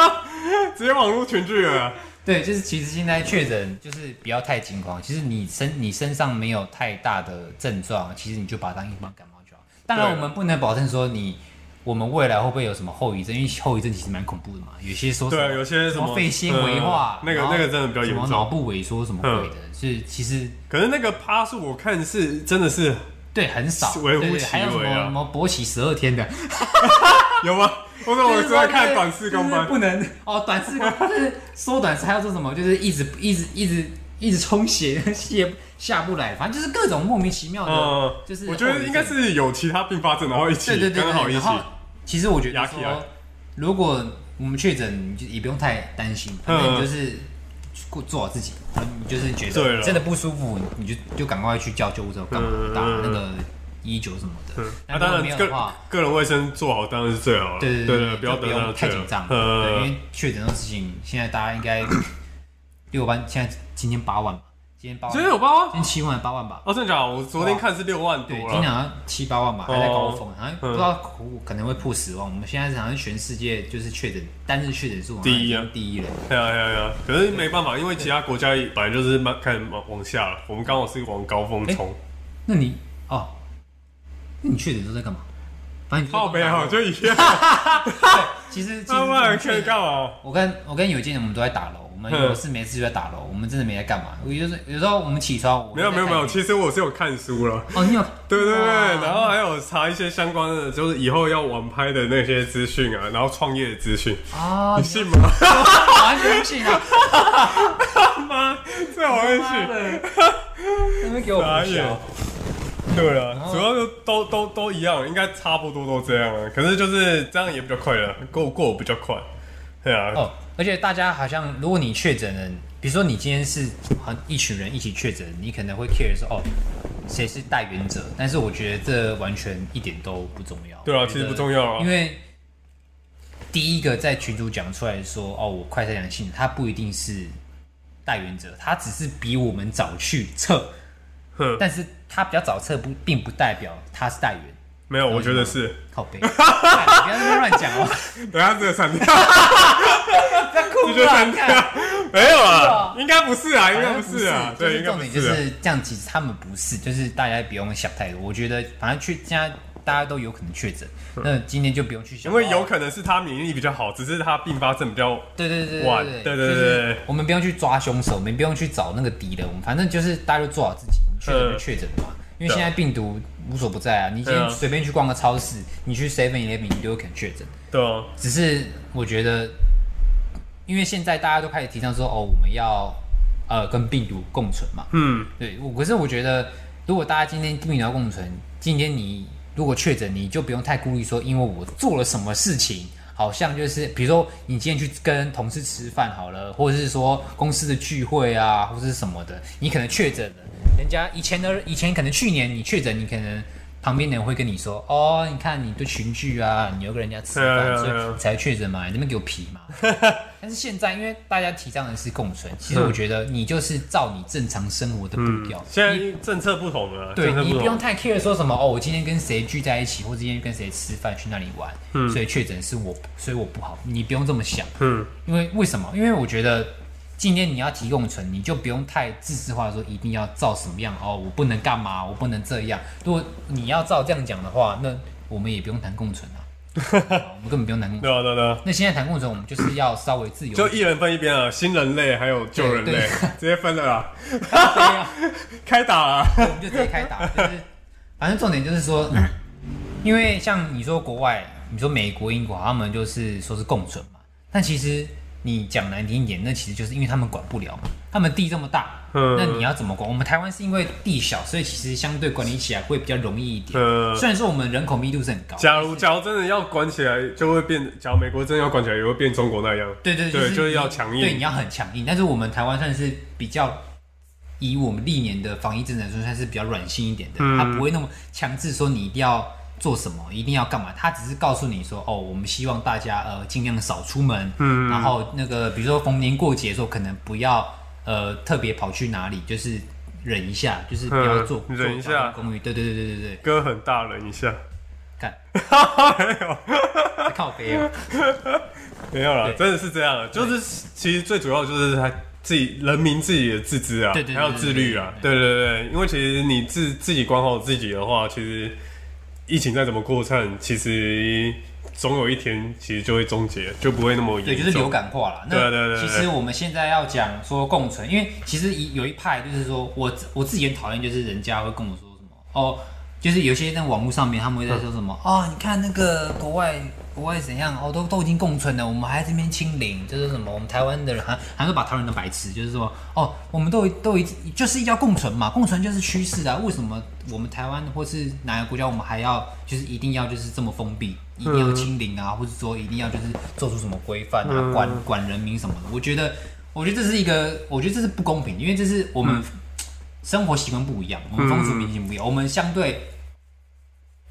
C: <laughs> 直接网络群聚了啊。
D: 对，就是其实现在确诊就是不要太惊慌，其实你身你身上没有太大的症状，其实你就把它当一般感冒就好。当然，
C: 对啊
D: 我们不能保证说你我们未来会不会有什么后遗症，因为后遗症其实蛮恐怖的嘛，有些说什
C: 对，
D: 么
C: 啊有些
D: 什
C: 什
D: 么
C: 么
D: 肺纤维化，
C: 嗯那个
D: 然后
C: 那个真的比较
D: 什
C: 严
D: 么脑
C: 重。嗯
D: 部萎缩什么鬼的，是其实
C: 可是那个趴数，我看是真的是
D: 对很少，
C: 微乎
D: 对对
C: 其
D: 还有什么
C: 微啊
D: 什么勃起十二天的，
C: 有吗？我怎么我只会看短视
D: 就是
C: 公班？
D: 不能哦，短视公就是缩短视，还要做什么？就是一直一直一直一直充血， <laughs> 血下不来，反正就是各种莫名其妙的，
C: 嗯，
D: 就是
C: 我觉得应该是有其他并发症，然后一
D: 对
C: 起
D: 对对，
C: 刚好
D: 对
C: 一
D: 然
C: 起
D: 后其实我觉得
C: 压起来
D: 说，如果我们确诊，你就也不用太担心，反正你就是过做好自己，然后你就是觉
C: 嗯对
D: 得
C: 了
D: 真的不舒服，你就就赶快去叫救护车，干嘛
C: 嗯
D: 打那个一九什么的
C: 嗯。
D: 那
C: 啊，
D: 如
C: 当
D: 果没
C: 然
D: 有
C: 个
D: 的话，
C: 个人卫生做好当然是最好了。
D: 对
C: 对
D: 对，
C: 不要
D: 就不
C: 等到
D: 用太紧张，对，因
C: 呃
D: 为，确诊这种事情，现在大家应该六万，现在今天八万嘛，今天八万，
C: 今天有包
D: 今天七万八万吧，
C: 哦，真的假的？我昨天看是六万多
D: 对，今
C: 了
D: 天。好像七八万吧，还在高峰，
C: 哦
D: 好像不知道可能会破十万。我们现在好像全世界就是确诊单日确诊数好像已经第一了，
C: 对啊，对啊，对啊。可是没办法，因为其他国家也本来就是慢开始往往下了，我们刚好是往高峰冲。
D: 那你哦，那你确诊都在干嘛？反正
C: 靠
D: 没
C: 背啊，
D: 有，
C: 就一样。
D: 其实其实
C: 他
D: 我
C: 们
D: 们
C: 可以
D: 确
C: 干嘛？
D: 我跟我跟有健人我们都在打楼，我们
C: 嗯
D: 有事没事就在打楼，我们真的没在干嘛。我有时候有时候我们起床，我
C: 没有没有没有，
D: 就在
C: 其实我是有看书了。
D: 看哦，你有
C: <laughs> 对对对，
D: 哇
C: 然后还有查一些相关的，就是以后要网拍的那些资讯啊，然后创业的资讯，
D: 啊，
C: 你信吗？
D: 我完全不信
C: <laughs>
D: 啊！
C: 妈，这我会
D: 妈
C: 信。
D: 的，你们给我
C: 傻
D: 胡
C: 眼
D: 笑。
C: 对了，主要就都都都一样，应该差不多都这样啊。可是就是这样也比较快了，过过比较快。对啊，
D: 哦，而且大家好像，如果你确诊了，比如说你今天是很一群人一起确诊，你可能会 care 说哦，谁是带源者，但是我觉得这完全一点都不重要。
C: 对啊
D: 我觉得
C: 其实不重要啊
D: 因为第一个在群主讲出来说哦，我快筛阳性，他不一定是带源者，他只是比我们早去测，
C: 哼，
D: 但是他比较早测不，并不代表他是带源。
C: 没有，我觉得是。
D: 靠
C: <laughs>
D: 背，哎干不要在那边乱讲哦，
C: 等一下这个删
D: <laughs>
C: 掉，
D: 不要哭
C: 这就删
D: 乱
C: 掉
D: 看。，
C: 没有啊，应该不是啊，应
D: 反
C: 该
D: 正
C: 不是啊，
D: 就
C: 对，应
D: 是
C: 该
D: 重
C: 不
D: 点就是
C: 啊。
D: 是这样。其实他们不是，就是大家不用想太多。我觉得反正去现在大家都有可能确诊，那今天就不用去想，
C: 因为有
D: 哦
C: 可能是他免疫力比较好，只是他并发症比较
D: 对对对
C: 哇对
D: 对
C: 对
D: 就
C: 对
D: 是
C: 对
D: 我们不用去抓凶手，我们不用去找那个敌人，我们反正就是大家就做好自己，你确诊就
C: 嗯
D: 确诊嘛。因为
C: 对啊
D: 现在病毒无所不在啊，你今
C: 对
D: 天
C: 啊
D: 随便去逛个超市，你去 Seven Eleven 你都有可能确诊。
C: 对啊，
D: 只是我觉得，因为现在大家都开始提倡说，哦，我们要呃跟病毒共存嘛，
C: 嗯，
D: 对我，可是我觉得，如果大家今天疫苗共存，今天你如果确诊，你就不用太顾虑说，因为我做了什么事情，好像就是比如说你今天去跟同事吃饭好了，或者是说公司的聚会啊，或者是什么的，你可能确诊了，人家以前的以前可能去年你确诊，你可能。旁边的人会跟你说：“哦，你看你的群聚啊，你又跟人家吃
C: 对啊对
D: 饭，
C: 啊
D: 所以
C: 对啊
D: 你才确诊嘛，你那边给我皮嘛。”但是现在，因为大家提倡的是共存，其实我觉得你就是照你正常生活的步调。
C: 嗯现在政策不同了啊，
D: 对
C: 政策
D: 你
C: 不
D: 不用
C: 同，
D: 太 care 说什么哦，我今天跟谁聚在一起，或者今天跟谁吃饭，去那里玩，所以确诊是我，所以我不好，你不用这么想。
C: 嗯，
D: 因为为什么？因为我觉得今天你要提共存，你就不用太自私化，说一定要照什么样哦，我不能干嘛，我不能这样。如果你要照这样讲的话，那我们也不用谈共存啊，我们根本不用谈共存。
C: 对啊对啊对啊，
D: 那现在谈共存，我们就是要稍微自由一点，
C: 就一人分一边啊，新人类还有旧人类
D: 对，
C: 直接分了啦，
D: <laughs> 对啊
C: 开打啊
D: <laughs>
C: 啦，
D: 我们就直接开打，就是反正重点就是说，因为像你说国外，你说美国、英国，他们就是说是共存嘛，但其实你讲难听一点，那其实就是因为他们管不了嘛，他们地这么大，
C: 嗯
D: 那你要怎么管？我们台湾是因为地小，所以其实相对管理起来会比较容易一点。
C: 呃，
D: 虽然说我们人口密度是很高，
C: 假如假如真的要关起来，就会变，假如美国真的要关起来，也会变中国那样，
D: 对对
C: 对，
D: 是
C: 就是
D: 你
C: 要强
D: 对，你
C: 硬，
D: 要很强硬。但是我们台湾算是比较以我们历年的防疫政策来说，算是比较软性一点的，
C: 嗯
D: 它不会那么强制说你一定要做什么，一定要干嘛，它只是告诉你说，哦，我们希望大家呃尽量少出门，
C: 嗯
D: 然后那个比如说逢年过节的时候，可能不要呃特别跑去哪里，就是忍一下，就是不要
C: 嗯
D: 做、做
C: 忍一下
D: 公寓，对对对对对对，
C: 哥很大人一
D: <laughs>
C: 下，哎
D: 看
C: 没有。
D: 靠
C: <laughs>
D: 北哦，
C: 没有啦
D: 对，
C: 真的是这样啊，就是其实最主要就是他自己人民自己的自知啊，
D: 对对对
C: 还有自律啊，对对对，因为其实你自自己管好自己的话，其实疫情再怎么扩散，其实总有一天其实就会终结，就不会那么严重。
D: 对，就是流感化了。那
C: 对对对对
D: 其实我们现在要讲说共存，因为其实一有一派就是说我我自己很讨厌，就是人家会跟我说什么哦，就是有些在网络上面他们会在说什么啊、你看那个国外国外怎样哦，都都已经共存了，我们还这边清零，就是什么我们台湾的人还还会把台湾人当白痴，就是说哦，我们都都已就是要共存嘛，共存就是趋势啊，为什么我们台湾或是哪个国家我们还要就是一定要就是这么封闭，一定要清零啊，或者说一定要就是做出什么规范啊，管管人民什么的，我觉得。我觉得这是一个，我觉得这是不公平，因为这是我们生活习惯不一样，我们风俗民情不一样，我们相对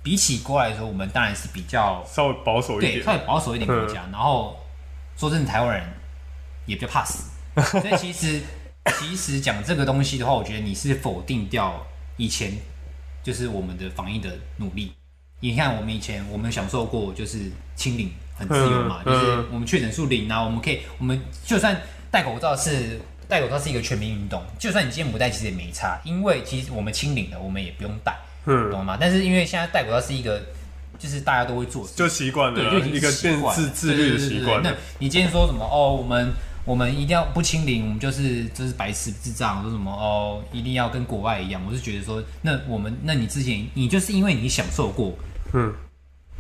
D: 比起国外来说，我们当然是比较
C: 稍微保守一
D: 对
C: 点嗯
D: 稍。微保守一点国家。然后说真的，台湾人也比较怕死，所以其实其实讲这个东西的话，我觉得你是否定掉以前就是我们的防疫的努力。你看，我们以前我们享受过就是清零，很自由嘛，
C: 嗯
D: 就是
C: 嗯
D: 我们确诊数零啊，我们可以，我们就算戴口罩是戴口罩是一个全民运动，就算你今天不戴，其实也没差，因为其实我们清零了，我们也不用戴，
C: 嗯，
D: 懂吗？但是因为现在戴口罩是一个，就是大家都会做的事，
C: 就习惯了
D: 对，
C: 啦，
D: 就已
C: 一
D: 经
C: 个
D: 是习
C: 变
D: 惯
C: 自
D: 了
C: 自律的
D: 对对对
C: 习
D: 对
C: 惯
D: 那
C: 了。
D: 你今天说什么？哦，我们我们一定要不清零，我们就是就是白痴智障，说什么哦，一定要跟国外一样。我是觉得说，那我们那你之前你就是因为你享受过
C: 嗯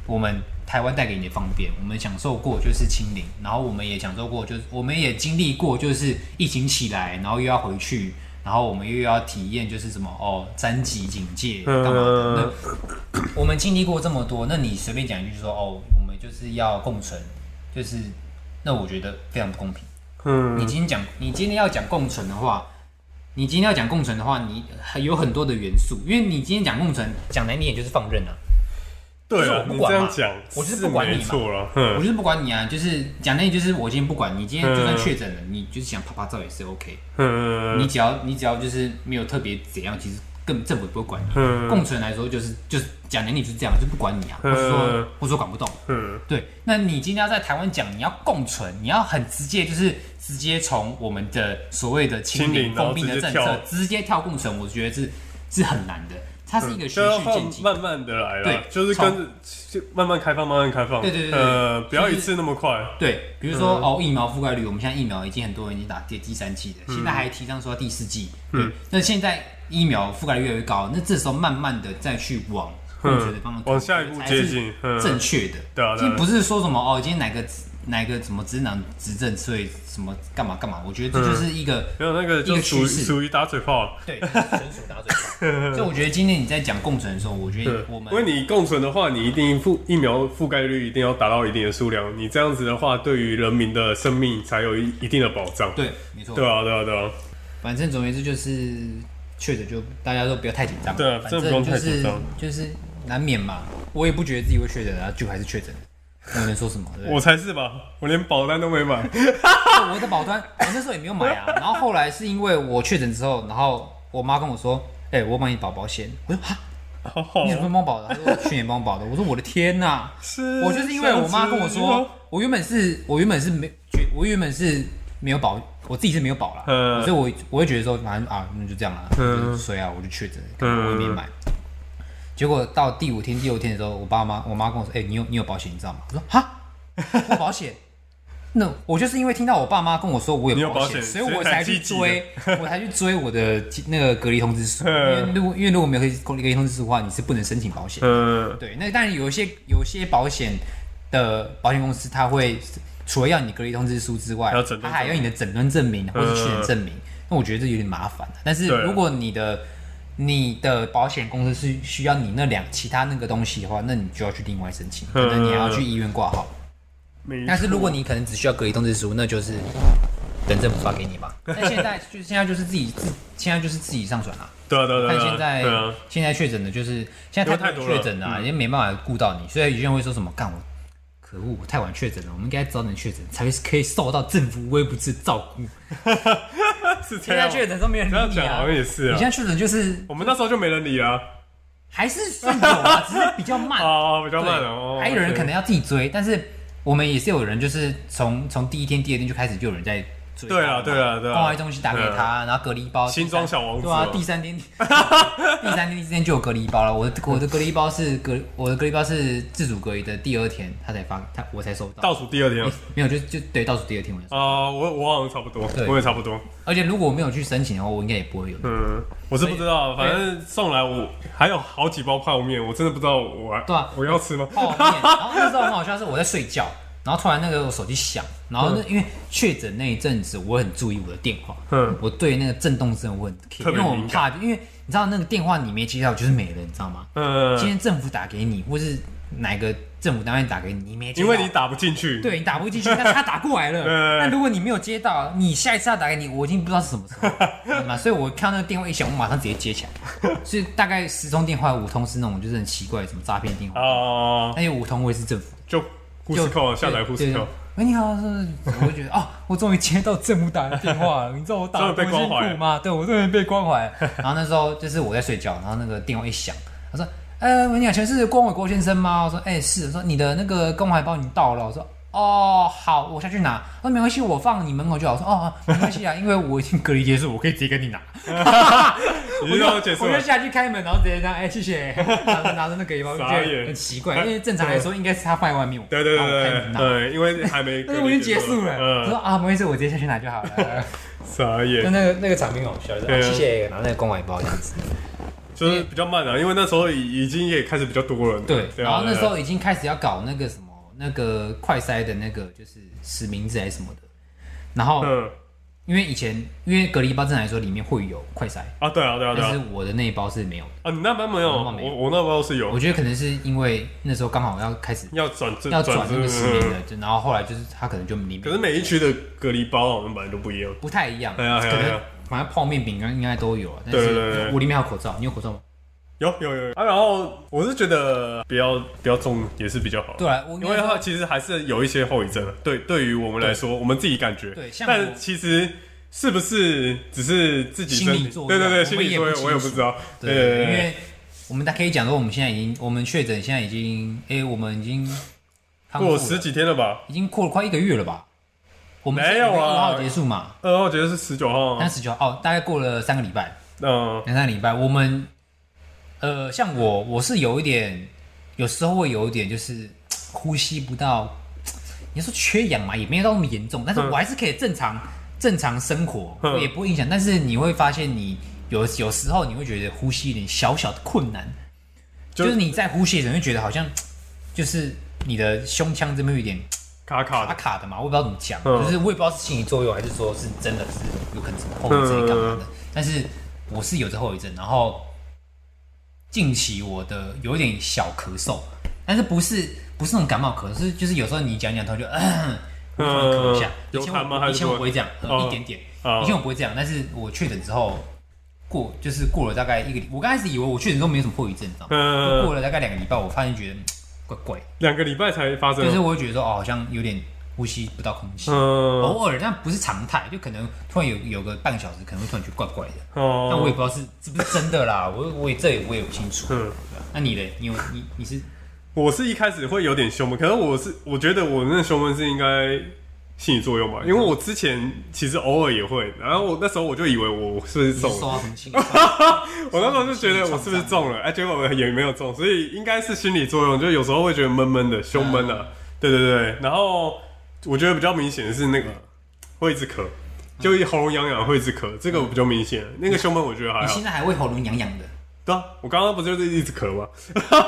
D: 我们台湾带给你的方便，我们享受过就是清零，然后我们也享受过就是我们也经历过就是疫情起来，然后又要回去。然后我们又要体验就是什么哦，三级警戒干嘛的？那
C: 嗯，
D: 哦我们经历过这么多，那你随便讲一句说哦，我们就是要共存，就是那我觉得非常不公平。你
C: 嗯，
D: 今天讲，你今天要讲共存的话，你今天要讲共存的话，你有很多的元素，因为你今天讲共存，讲难听点就是放任啊，
C: 对
D: 就是我
C: 啊，
D: 不
C: 你
D: 管
C: 这
D: 嘛
C: 样讲，
D: 我就是不管你
C: 没
D: 嘛
C: 错了。
D: 我
C: 嗯
D: 就是不管你啊，就是讲难听就是我今天不管你，今天就算
C: 嗯
D: 确诊了，你就是想拍拍照也是 OK，你
C: 嗯
D: 只要你只要就是没有特别怎样，其实根本政府也不会管你。
C: 嗯
D: 共存来说就是就是讲难听就是这样，就不管你啊，或者说
C: 嗯
D: 或者说管不动。
C: 嗯
D: 对，那你今天要在台湾讲，你要共存，你要很直接，就是直接从我们的所谓的清
C: 清
D: 零
C: 零然
D: 封
C: 后
D: 闭
C: 直
D: 的
C: 接
D: 政
C: 跳
D: 策，直接跳共存，我觉得是是很难的，它是一个
C: 嗯，
D: 循
C: 就要
D: 序
C: 放
D: 渐进。
C: 慢慢的来啦
D: 对，
C: 就是
D: 从
C: 跟着就慢慢开放，慢慢开放。
D: 对对对对
C: 呃，不要
D: 就
C: 一
D: 是
C: 次那么快。
D: 对，比如说、
C: 嗯
D: 哦，疫苗覆盖率，我们现在疫苗已经很多人已经打第第三季了，现在还提倡说第四季。
C: 嗯
D: 对，那现在疫苗覆盖率越来越高，那这时候慢慢的再去往共存的方向走，
C: 嗯往下一步
D: 才
C: 接
D: 是
C: 近嗯
D: 正确的。
C: 对啊对啊
D: 其实不是说什么哦，今天哪个哪个什么执政执政，所以什么干嘛干嘛，我觉得这
C: 嗯
D: 就是一个。
C: 没有那个
D: 一
C: 就
D: 个
C: 属于
D: 趋势
C: 属于打嘴炮了。 <laughs>
D: 对，就是纯属打嘴炮。所以我觉得今天你在讲共存的时候，我觉得
C: 对
D: 我
C: 嗯
D: 们
C: 因为你共存的话，你一定覆疫苗覆盖率一定要达到一定的数量，你这样子的话，对于人民的生命才有一一定的保障。
D: 对，没错，
C: 对啊，对啊，对啊，
D: 反正总而言之就是确诊就大家都不要太紧张，
C: 对啊
D: 反
C: 真的不
D: 正
C: 用
D: 就
C: 太紧
D: 是
C: 张
D: 就是难免嘛。我也不觉得自己会确诊啊，就还是确诊，那我能说什么？对不对
C: 我才是吧，我连保单都没买。
D: 我的保单，我那时候也没有
C: <laughs>
D: 买啊。然后后来是因为我确诊之后，然后我妈跟我说：“哎、我帮你保保险。”我说：“哈，
C: 好好
D: 你怎么帮我保的？”她说：“去年帮我保的。”我说：“我的天呐、
C: 是哦
D: 我就是因为我妈跟我说，我原本是我原本是没，觉我原本是没有保，我自己是没有保啦，
C: 嗯
D: 所以我我会觉得说，反正啊，那就这样啦，
C: 嗯
D: 就是所以啊，我就确诊，
C: 嗯
D: 我也没买。结果到第五天、第六天的时候，我爸妈、我妈跟我说：“哎、你有你有保险，你知道吗？”我说：“哈，我有保险。” <laughs> 那我就是因为听到我爸妈跟我说我
C: 你
D: 有
C: 有
D: 保
C: 保
D: 险，
C: 险
D: 所以我才去
C: 所以
D: 追， <laughs> 我才去追我的那个隔离通知书。因
C: 嗯
D: 为如果因为如果没有隔离隔离通知书的话，你是不能申请保险的。
C: 嗯，
D: 对，那当然有一些有些保险的保险公司，它会除了要你隔离通知书之外
C: 还有诊，断
D: 它还要你的诊断证明或是确诊证明。那我觉得这有点麻烦。但是
C: 对啊
D: 如果你的你的保险公司是需要你那两其他那个东西的话，那你就要去另外申请，可能你还要去医院挂号。
C: 没
D: 但是如果你可能只需要隔离通知书，那就是等政府发给你嘛。那现在就现在就是自己自现在就是自己上传啦、
C: 对啊，对啊，对
D: 但
C: 啊，
D: 现在、
C: 对啊，
D: 现在确诊的就是现在太多人确诊了啊，
C: 因为太多了嗯
D: 也没办法顾到你，所以有些人会说什么干我。可恶！我太晚确诊了，我们应该早点确诊，才会可以受到政府微不至照顾。
C: 啊
D: <laughs>
C: 是这
D: 现在
C: 样。
D: 确诊都没人
C: 这样
D: 理你
C: 讲
D: 啊
C: 好！像也是
D: 你
C: 啊
D: 现，在确诊就是
C: 我们那时候就没人理啊，
D: 还是算有啊，只是比较
C: <laughs>
D: 慢。
C: 啊，比较
D: 对，
C: 慢哦。
D: 还有人可能要自己追，但是我们也是有人就是从从第一天、第二天就开始就有人在嘴
C: 对啊
D: 巴
C: 对啊对啊
D: 关怀中心打给他，然后隔离包，
C: 新装小王子
D: 对啊
C: 哦，
D: 第
C: <laughs>
D: 三天，第三天之前就有隔离包了。我的我的隔离包是隔我的隔离包是自主隔离的第二天，他才发他我才收到，
C: 倒数第二天啊、
D: 没有就就对倒数第二天我才
C: 哦
D: 收。
C: 我我好像差不多
D: 对，
C: 我也差不多。
D: 而且如果我没有去申请的话，我应该也不会有。
C: 嗯，我是不知道，反
D: 哎
C: 正送来我还有好几包泡面，我真的不知道我还
D: 对啊
C: 我要吃吗？
D: 泡面，然后那时候很好笑，是我在睡觉，然后突然那个我手机响，然后那因为确诊那一阵子，我很注意我的电话，
C: 嗯
D: 我对那个震动声我很 care，
C: 特
D: 因
C: 别
D: 为我很
C: 敏
D: 怕，因为你知道那个电话你没接到就是没了，你知道吗？
C: <laughs>
D: 今
C: 嗯，
D: 天政府打给你，或是哪个政府单位打给你，你没接
C: 因
D: 到，
C: 为你打不进去，，
D: 对你打不进去，但是他打过来了。
C: <laughs> 嗯
D: 那如果你没有接到，你下一次他打给你，我已经不知道是什么时候了，你知道吗？所以我看到那个电话一响，我马上直接接起来。所以大概十通电话五通是那种就是很奇怪什么诈骗电话，
C: 啊，
D: 那有五哎通我也是政府。
C: 就呼
D: 就
C: 斯扣下载呼斯。
D: 对对
C: 扣，
D: 喂，你好，是不是？我会觉得哦，我终于接到政府打来的电话了，你知道我打得
C: 终于被
D: 多辛
C: 关怀
D: 苦吗？对，我终于被关怀了。然后那时候就是我在睡觉，然后那个电话一响，他说：“呃，喂，你好，请问是郭伟郭先生吗？”我说：“哎、是。”我说：“你的那个关怀包你到了。”我说。哦，好，我下去拿。他说没关系，我放你门口就好。我说哦，没关系啊，因为我已经隔离结束，我可以直接跟你拿。
C: 你 <laughs>
D: 我
C: 知
D: 就
C: 道解释
D: 啊我
C: 吗
D: 就？下去开门，然后直接这样，哎、谢谢， <laughs> 拿着拿着那个一包，就
C: 傻眼
D: 觉得很奇怪，因为正常来说应该是他放在外面，
C: 对对对
D: 然哦后我开
C: 对
D: 门拿，
C: 对，因为还没，
D: <laughs> 但是我已经结束了。我说
C: 嗯，
D: 啊，没关系，我直接下去拿就
C: <laughs>
D: 好了。
C: 傻眼
D: 就。那个那个场面好笑，就是
C: 对啊
D: 啊谢谢拿那个公文包这样子。
C: 就是比较慢啊，因为那时候已已经也开始比较多人了。
D: 对，
C: 对啊
D: 然后那时
C: 对啊
D: 候已经开始要搞那个什么那个快筛的那个就是实名制还是什么的。然后
C: 嗯
D: 因为以前因为隔离包正常来说里面会有快筛，
C: 啊，对啊，对啊，对
D: 但是
C: 啊，
D: 我的那一包是没有的。
C: 啊，你那班没有，
D: 我那班没有
C: 我我那包是有
D: 我，觉得可能是因为那时候刚好要开始
C: 要转正
D: 要转那个实名
C: 正
D: 的，就然后后来就是他可能就里面
C: 可是每一区的隔离包好像本来都不一样。
D: 不太一样，可
C: 哎呀哎呀哎
D: 能
C: 呀
D: 反正泡面饼干应该都有啊。但
C: 对对对
D: 是
C: 对
D: 我里面还有口罩，你有口罩吗？
C: 有有有有啊，然后我是觉得不要不要中也是比较好。
D: 对啊我应该
C: 因为它其实还是有一些后遗症的。对，对于我们来说，我们自己感觉。
D: 对像我
C: 但其实是不是只是自己身
D: 心
C: 体
D: 理？作用
C: 对
D: 啊
C: 对
D: 我
C: 对，
D: 们
C: 心理
D: 也
C: 作
D: 不
C: 用
D: 清
C: 我也
D: 楚
C: 不知道。
D: 对，
C: 对对
D: 因为我们大家可以讲说，我们现在已经，我们确诊现在已经，哎、我们已经康复
C: 过
D: 了
C: 十，几天了吧？
D: 已经过了快一个月了吧？我们
C: 没有啊
D: 二号结束嘛，
C: 二号节是十九号啊
D: 三。十九号，哦，大概过了三个礼拜，
C: 嗯，
D: 两三个礼拜，我们，呃，像我，我是有一点，有时候会有一点就是嘖呼吸不到，嘖你说缺氧嘛，也没有到那么严重，但是
C: 嗯
D: 我还是可以正常正常生活，
C: 嗯
D: 也不会影响。但是你会发现你有有时候你会觉得呼吸有点小小的困难，
C: 就
D: 就是你在呼吸的时候，你会觉得好像嘖就是你的胸腔这边有一点嘖
C: 卡卡
D: 卡
C: 的。
D: 卡的嘛，我也不知道怎么讲，
C: 嗯
D: 就是我也不知道是心理作用还是说是真的是有可能什么后遗症
C: 嗯
D: 干嘛的，但是我是有这后遗症，然后近期我的有一点小咳嗽，但是不是不是那种感冒咳，是就是有时候你讲讲头就 <coughs> 嗯。会突然咳一下，
C: 嗯
D: 以前
C: 有痰吗
D: 我
C: 还
D: 以
C: 是
D: 前我不会这样，呃，
C: 哦
D: 一点点。
C: 哦
D: 以前我不会这样，但是我确诊之后，过就是过了大概一个礼，我刚开始以为我确诊之后没有什么后遗症，你知道吗？
C: 嗯
D: 过了大概两个礼拜，我发现觉得嗯怪怪的，
C: 两个礼拜才发生
D: 就是
C: 哦。
D: 我会觉得说哦，好像有点呼吸不到空气，
C: 嗯，
D: 偶尔，但不是常态，就可能突然有有个半个小时，可能会突然觉得怪怪的。
C: 哦，
D: 但我也不知道是是不是真的
C: <laughs>
D: 啦，我我也这也我也不清楚。
C: 嗯
D: 那你嘞？你有你你是
C: 我是一开始会有点胸闷，可是我是我觉得我那胸闷是应该心理作用
D: 嗯
C: 吧，因为我之前其实偶尔也会，然后我那时候我就以为我是不是
D: 你是
C: 中
D: 受
C: 了，
D: 到什
C: <laughs>
D: 么心理创
C: 我那时候就觉得我是不是中了，哎、结果也没有中，所以应该是心理作用，就有时候会觉得闷闷的，胸闷
D: 嗯
C: 啊，对对对，然后我觉得比较明显的是那
D: 嗯
C: 个会一直咳，就一喉咙痒痒会一直咳，这个我比较明显，那个胸闷我觉得还
D: 嗯你
C: 好
D: 现，在还会喉咙痒痒的？
C: 对啊，我刚刚不就是一直咳吗？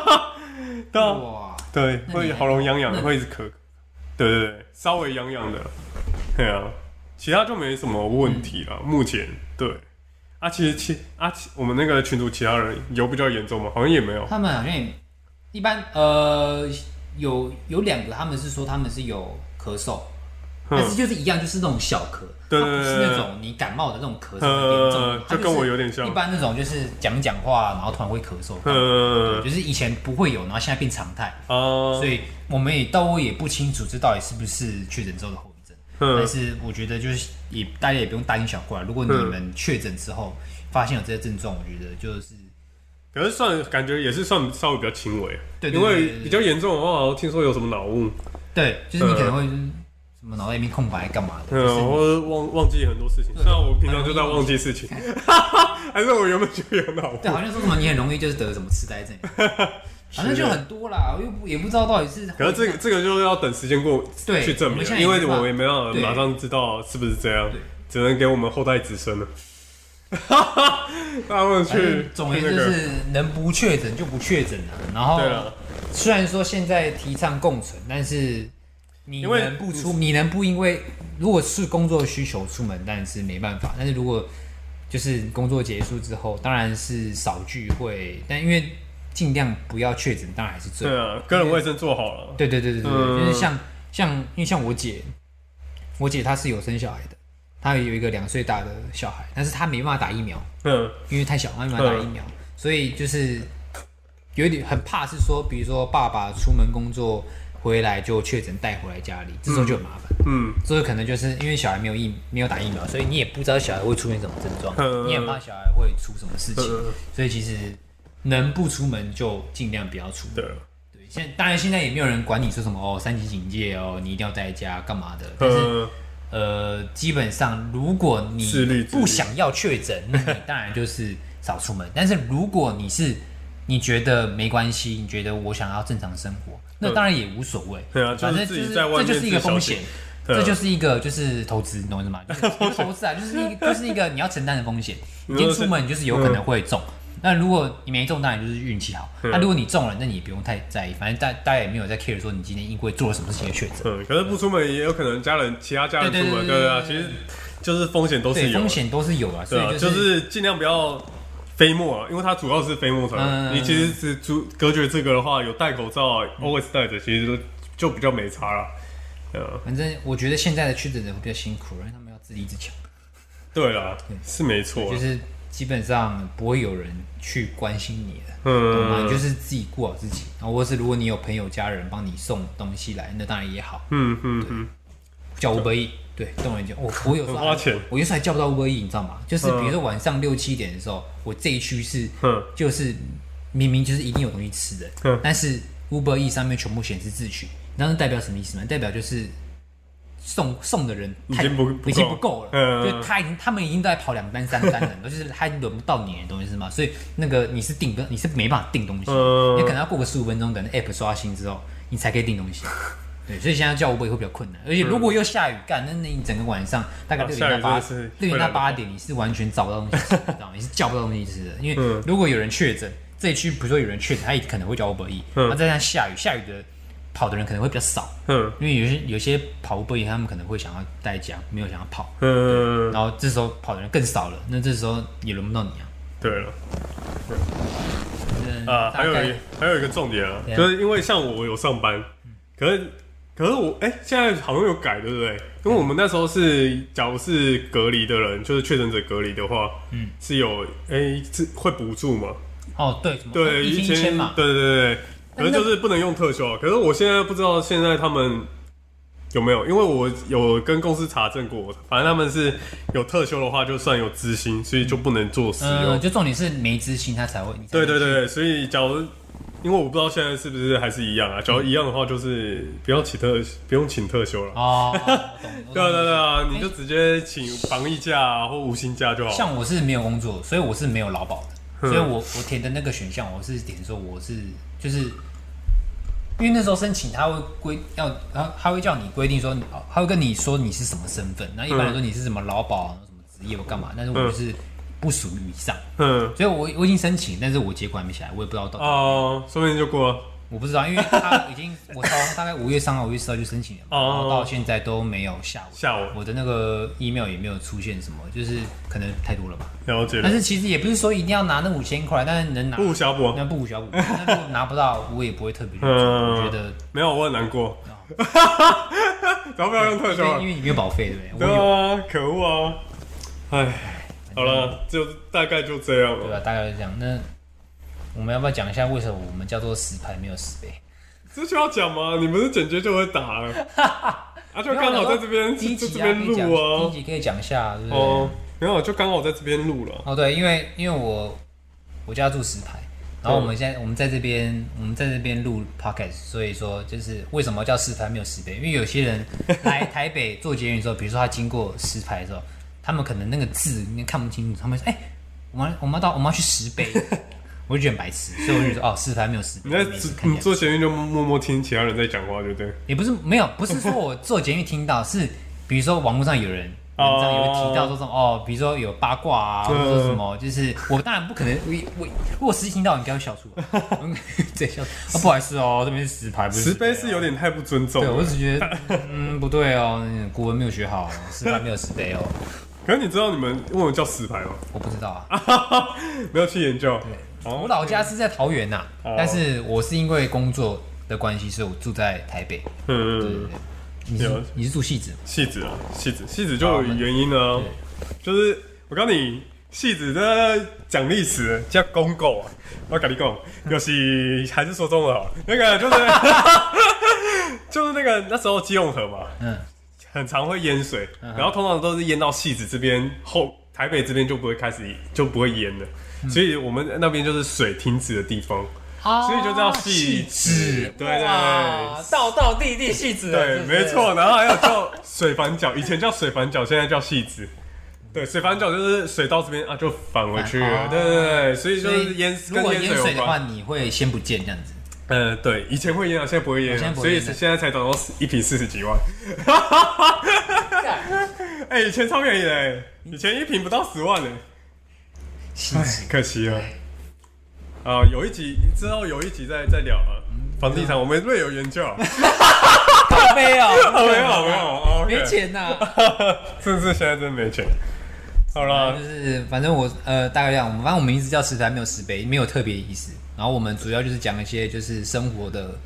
C: <laughs> 对啊。
D: 哇！
C: 对，
D: 那你
C: 会
D: 还
C: 喉咙痒痒的，
D: 那
C: 会一直咳。对对对，稍微痒痒的，对啊，其他就没什么问题
D: 嗯
C: 了。目前对，啊，其实其啊，其我们那个群组其他人有比较严重吗？好像也没有。
D: 他们好像也一般呃有有两个，他们是说他们是有咳嗽，但是
C: 嗯，
D: 就是一样，就是那种小咳，
C: 对
D: 它不是那种你感冒的那种咳嗽很严重的
C: 嗯，
D: 它
C: 就跟我有点像
D: 是一般那种就是讲讲话，然后突然会咳嗽，
C: 嗯
D: 就是以前不会有，然后现在变常态，
C: 啊
D: 所，以我们也到也不清楚这到底是不是确诊之后的后遗症。但
C: 嗯，
D: 是我觉得就是也大家也不用大惊小怪，如果你们确诊之后发现有这些症状，我觉得就是
C: 可是算感觉也是算稍微比较轻微，啊
D: 对对
C: 因
D: 对对
C: 为
D: 对
C: 比较严重的话，好像听说有什么脑雾，
D: 对，就是你可能会就是什什么脑袋里面空白干嘛的，就
C: 嗯，我
D: 是
C: 忘忘记很多事情，虽然我平常就在忘记事情， <laughs> 还是我原本就有脑
D: 对，啊
C: 雾。
D: 好像说什么你很容易就是得什么痴
C: <laughs>
D: 呆症，反正就很多啦，我又不也不知道到底是。
C: 可是这个这个就是要等时间过
D: 对
C: 去证
D: 我
C: 明
D: 们现
C: 了，
D: 在
C: 因
D: 也
C: 为
D: 没办法
C: 我们也没办法
D: 对
C: 马上知道是不是这样
D: 对，
C: 只能给我们后代子孙
D: <laughs>
C: 了。他们
D: 反
C: 去
D: 正总而言
C: 去
D: 之
C: 那
D: 就
C: 个
D: 是能不确诊就不确诊啊。然后
C: 对了，
D: 虽然说现在提倡共存，但是你
C: 因为
D: 能不出，你能不因为如果是工作需求出门，但是没办法。但是如果就是工作结束之后，当然是少聚会，但因为尽量不要确诊，当然还是最好
C: 对。啊，个人卫生做好了，
D: 对对对对对，
C: 嗯
D: 就是像像因为像我姐，我姐她是有生小孩的，她有一个两岁大的小孩，但是她没办法打疫苗，
C: 嗯，
D: 因为太小，她没办法打疫苗，所以就是有点很怕是说，比如说爸爸出门工作回来就确诊带回来家里，这时候就很麻烦。
C: 嗯，
D: 这个可能就是因为小孩没有疫没有打疫苗，所以你也不知道小孩会出现什么症状，
C: 嗯
D: 你也很怕小孩会出什么事情，
C: 嗯
D: 所以其实能不出门就尽量不要出门。
C: 对，
D: 对，现在当然现在也没有人管你说什么哦，三级警戒哦，你一定要待在家干嘛的。但是、
C: 嗯，
D: 呃，基本上如果
C: 自律
D: 你
C: 自律
D: 不想要确
C: <laughs>
D: 诊，那你当然就是少出门。但是如果你是你觉得没关系，你觉得我想要正常生活，那当然也无所谓。
C: 嗯对啊就是
D: 反正
C: 自
D: 就
C: 己
D: 是
C: 在外面
D: 这就是一个
C: 自己小心
D: 风险。
C: 对啊
D: 这就是一个就是投资，你懂我意思吗？
C: <laughs>
D: 就是不是投资啊，就是一个就是一个你要承担的风险。
C: 你
D: 你
C: 说嗯
D: 今
C: 是
D: 天出门你就是有可能会中，那如果你没中，当然就是运气好。
C: 嗯
D: 那如果你中了，那你也不用太在意，反正大大家也没有在 care 说你今天因为做了什么事情而确诊。
C: 嗯，可是不出门也有可能家人其他家人
D: 对对
C: 出门，
D: 对
C: 对
D: 对
C: 啊，
D: 对
C: 其实就是风险都是
D: 对，
C: 有
D: 风
C: 的，
D: 险都是有啊，所
C: 对啊，
D: 以
C: 就是是尽量不要飞沫啊，因为它主要是飞沫传染。
D: 嗯
C: 你其实只主隔绝这个的话，有戴口罩啊，always 戴着，其实就比较没差了。呃，
D: 反正我觉得现在的确诊人会比较辛苦，因为他们要自立自强，
C: 对啦，是没错
D: 就
C: 啊。
D: 是基本上不会有人去关心你的。懂吗？
C: 嗯
D: 你就是自己顾好自己，然后或是如果你有朋友、家人帮你送东西来，那当然也好。
C: 嗯嗯嗯，
D: 叫五百亿，对，动人就我我有时候
C: 很花钱
D: 我有时候还叫不到五百亿，你知道吗？就是
C: 嗯
D: 比如说晚上六七点的时候，我这一区是
C: 嗯
D: 就是明明就是一定有东西吃的，
C: 嗯
D: 但是 Uber E 上面全部显示自取，那代表什么意思呢？代表就是送送的人太
C: 已经不不够
D: 已经不够了，
C: 嗯
D: 就他已经他们已经都在跑两单三单了， <laughs> 就是他已经轮不到你了，懂我意思吗？所以那个你是订不你是没办法订东西，
C: 嗯
D: 你可能要过个十五分钟，等 App 刷新之后，你才可以订东西。对，所以现在叫 Uber 会比较困难，而且如果又下雨，干、那那你整个晚上大
C: 嗯
D: 概
C: 啊
D: 六
C: 下雨
D: 点到八
C: 真的是会
D: 六点到
C: 懒得
D: 八点，你是完全找不到东西吃，你知道吗？你是叫不到东西吃的，因为
C: 嗯
D: 如果有人确诊，这一区比如说有人确诊，他也可能会叫 Uber E，
C: 嗯
D: 那再加上下雨，下雨的跑的人可能会比较少，
C: 嗯
D: 因为有些有些跑 Uber E 他们可能会想要待在家，没有想要跑，
C: 嗯，
D: 然后这时候跑的人更少了，那这时候也轮不到你啊。
C: 对了。
D: 嗯
C: 啊，还有
D: 大概
C: 一还有一个重点啊，
D: 怎样
C: 就是因为像我有上班，可是可是我哎、现在好像有改，对不对？因为我们那时候是，假如是隔离的人，就是确诊者隔离的话，嗯，是有哎、是会补助嘛？
D: 哦对什么
C: 对，
D: 一千一千嘛，
C: 对对对对，可
D: 那
C: 是就是不能用特休啊。可是我现在不知道现在他们有没有，因为我有跟公司查证过，反正他们是有特休的话，就算有资薪，所以就不能做使用。
D: 嗯，就嗯重点是没执行他才会，你才
C: 对对
D: 能去
C: 对，对，所以假如因为我不知道现在是不是还是一样啊，假如一样的话，就是不要请特不用请特休了。
D: 哦，哎我懂我懂
C: 对啊对啊对啊，你就直接请防疫假、啊、或无薪假就好。
D: 像我是没有工作，所以我是没有劳保的，所以我我填的那个选项，我是填说我是就是，因为那时候申请他会规要，他他会叫你规定说，他会跟你说你是什么身份，那一般来说你是什么劳保啊、什么职业我干嘛，但是我就是不属于以上，
C: 嗯
D: 所以我我已经申请，但是我结果还没起来，我也不知道到底，
C: 哦，说不定就过了。
D: 我不知道，因为他已经我到大概五月三号、五月四号就申请了嘛，
C: 哦
D: 然后到现在都没有下午，
C: 下午
D: 我的那个 email 也没有出现什么，就是可能太多了吧。
C: 了解
D: 但
C: 了，
D: 是其实也不是说一定要拿那五千块，但是能拿
C: 不无小补。啊
D: 那不无小补。那如果拿不到，我也不会特别去做。
C: 嗯
D: 我觉得，
C: 没有，我很难
D: <laughs>
C: 过。然后不要用特
D: 因
C: 休
D: 为
C: 了
D: 因。为你没有保费，对不对？
C: 对
D: 我有，
C: 啊，可恶啊！哎，好了，就大概就这样
D: 对啊
C: 了。
D: 吧？大概是这样。那我们要不要讲一下为什么我们叫做实牌没有十倍？
C: 这需要讲吗？你们是剪接就会打
D: <laughs>
C: 了，啊，就刚好在这边
D: 第一
C: 在
D: 集
C: 这
D: 啊，可
C: 边
D: 以讲，
C: 录啊
D: 第一。集可以讲一下，对不对？
C: 哦，没有，就刚好在这边录了。
D: 哦，对，因为因为我我家住石牌，然后我们现在我们在这边我们在这边录 podcast，所以说就是为什么叫石牌没有石碑？因为有
C: <laughs>
D: 些人来台北做捷运的时候，比如说他经过石牌的时候，他们可能那个字你看不清楚，他们说哎、我们我们要到我们要去石
C: <laughs>
D: 碑，我就觉得很白痴，所以我就说哦石牌没有石碑，
C: 你在
D: 每次看
C: 你
D: 起来
C: 做前面就默默听其他人在讲话，对不对？
D: 也不是没有，不是说我做节目听到，是比如说网络上有人
C: 哦
D: 文章有提到说什么哦，比如说有八卦啊，或
C: 嗯
D: 者说什么，就是我当然不可能，我我如果实际听到，你应该会笑出来， <laughs> 嗯对，笑出来啊，不好意思哦，这边是石牌，不是
C: 石碑
D: 啊
C: 是有。点太不尊重
D: 对，我
C: 了。
D: 只觉得，嗯，不对哦，嗯古文没有学好，石牌没有石碑哦，
C: 可是你知道你们为什么叫石牌吗？
D: 我不知道啊。
C: <laughs> 没有去研究。
D: 我
C: 哦，
D: 老家是在桃园呐、
C: 哦
D: 但是我是因为工作的关系，所以我住在台北。对对
C: 嗯，
D: 对，你是
C: 了解
D: 你是住戏子吗？
C: 戏子啊，戏子，戏子就
D: 好
C: 有
D: 我们
C: 原因了哦。就是我告诉你，戏子在讲历史叫公狗啊，我跟你
D: <laughs>
C: 讲，就是还是说中文好了，哦那个就是 <laughs> 就是那个那时候基隆河嘛，
D: 嗯，
C: 很常会淹水，
D: 嗯哼
C: 然后通常都是淹到戏子这边后，台北这边就不会开始就不会淹了，
D: 嗯
C: 所以我们那边就是水停止的地方。
D: 啊
C: 所以就叫戏子对对对
D: 哇道道地地戏子，啊
C: 对，
D: 是不是
C: 没。错。然后还有叫水反角，以前叫水反角，现在叫戏子。对，水反角就是水到这边啊，就返回去
D: 啊
C: 了。对对对，所以就
D: 所
C: 是
D: 以
C: 淹，
D: 如
C: 跟
D: 果
C: 淹
D: 淹
C: 水
D: 水
C: 有
D: 的话，
C: 关。
D: 你会先不见这样子。
C: 呃，对，以前会淹啊，现在不会淹
D: 现
C: 啊，
D: 在不
C: 所
D: 会
C: 以
D: 淹了
C: 现在才涨到一瓶四十几万。 <laughs> 哎，以前超便宜的欸，以前一瓶不到十万呢，
D: 戏子，
C: 可惜了。啊，有一集之后有一集再再聊啊，
D: 嗯
C: 房地产我们略有研
D: <laughs>
C: 究啊，
D: 啊没有，
C: 啊没有没有，哦
D: 没，钱呐。
C: 是不是现在真没钱？好啦
D: 就，是反正我呃，大概这样，我们反正我们一直叫石台，没有石碑，没有特别意思。然后我们主要就是讲一些就是生活的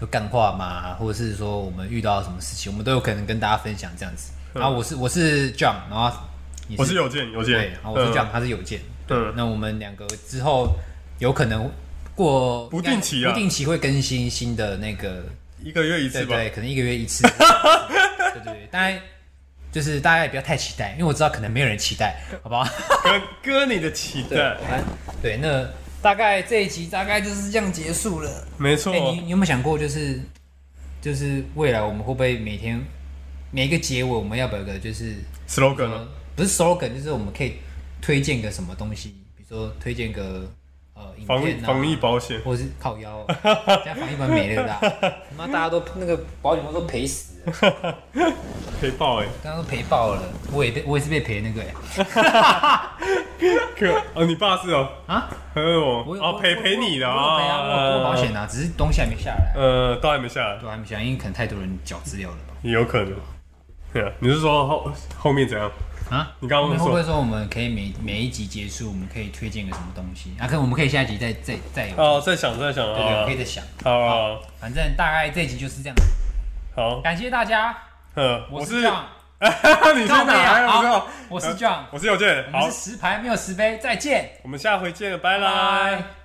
D: 就干话嘛，或者是说我们遇到什么事情，我们都有可能跟大家分享这样子。然后我是我是 John，然后你
C: 我是有见有见，
D: 对，然后我是
C: 嗯
D: John，他是有见。
C: 嗯
D: 那我们两个之后有可能过
C: 不定期啊
D: 不定期会更新新的那个，
C: 一个月一
D: 对
C: 次吧。
D: 对，可能一个月一次，对对对，当然就是大家也不要太期待，因为我知道可能没有人期待，好不好？
C: 哥哥，你的期待，
D: 对，那大概这一集大概就是这样结束了。
C: 没错
D: 哎、。你你有没有想过，就是就是未来我们会不会每天每一个结尾我们要不要有个就是
C: slogan
D: 呃
C: 啊，
D: 不是 slogan，就是我们可以推荐个什么东西，比如说推荐个呃影
C: 防疫
D: 片啊，
C: 防疫保险，
D: 或者是靠腰
C: <laughs>
D: 啊，现在防疫版没了啦，妈大家都那个保险公司都赔死了，
C: 可以报哎。
D: 刚刚都赔爆了，我也被我也是被赔那个哎、
C: 哥，哦，你爸是哦，
D: 啊，
C: 呵我
D: 我有
C: 哦赔赔你的
D: 我有赔啊，我有
C: 啊，
D: 保险啊，只是东西还没下来啊，
C: 呃，都还没下来，
D: 对，还没下来，因为可能太多人缴资料了吧。
C: 也有可能。对啊，你是说后后面怎样？
D: 啊，
C: 你刚刚
D: 我们
C: 说
D: 会不会说我们可以每每一集结束，我们可以推荐个什么东西？啊，可能我们可以下一集再再再有，
C: 哦，在想在想
D: 对对，
C: 啊
D: 可以，再想。
C: 好啊
D: 反正大概这一集就是这样，
C: 好，
D: 感谢大家，
C: 呃，我
D: 是
C: 是，
D: John，
C: 你
D: 告
C: 是
D: 别
C: 哪？
D: 好
C: 我知道，
D: 我是 John，
C: 我是有健，
D: 我
C: 好
D: 们是，石牌没有石碑，再见，
C: 我们下回见，拜
D: 拜
C: 拜
D: 拜。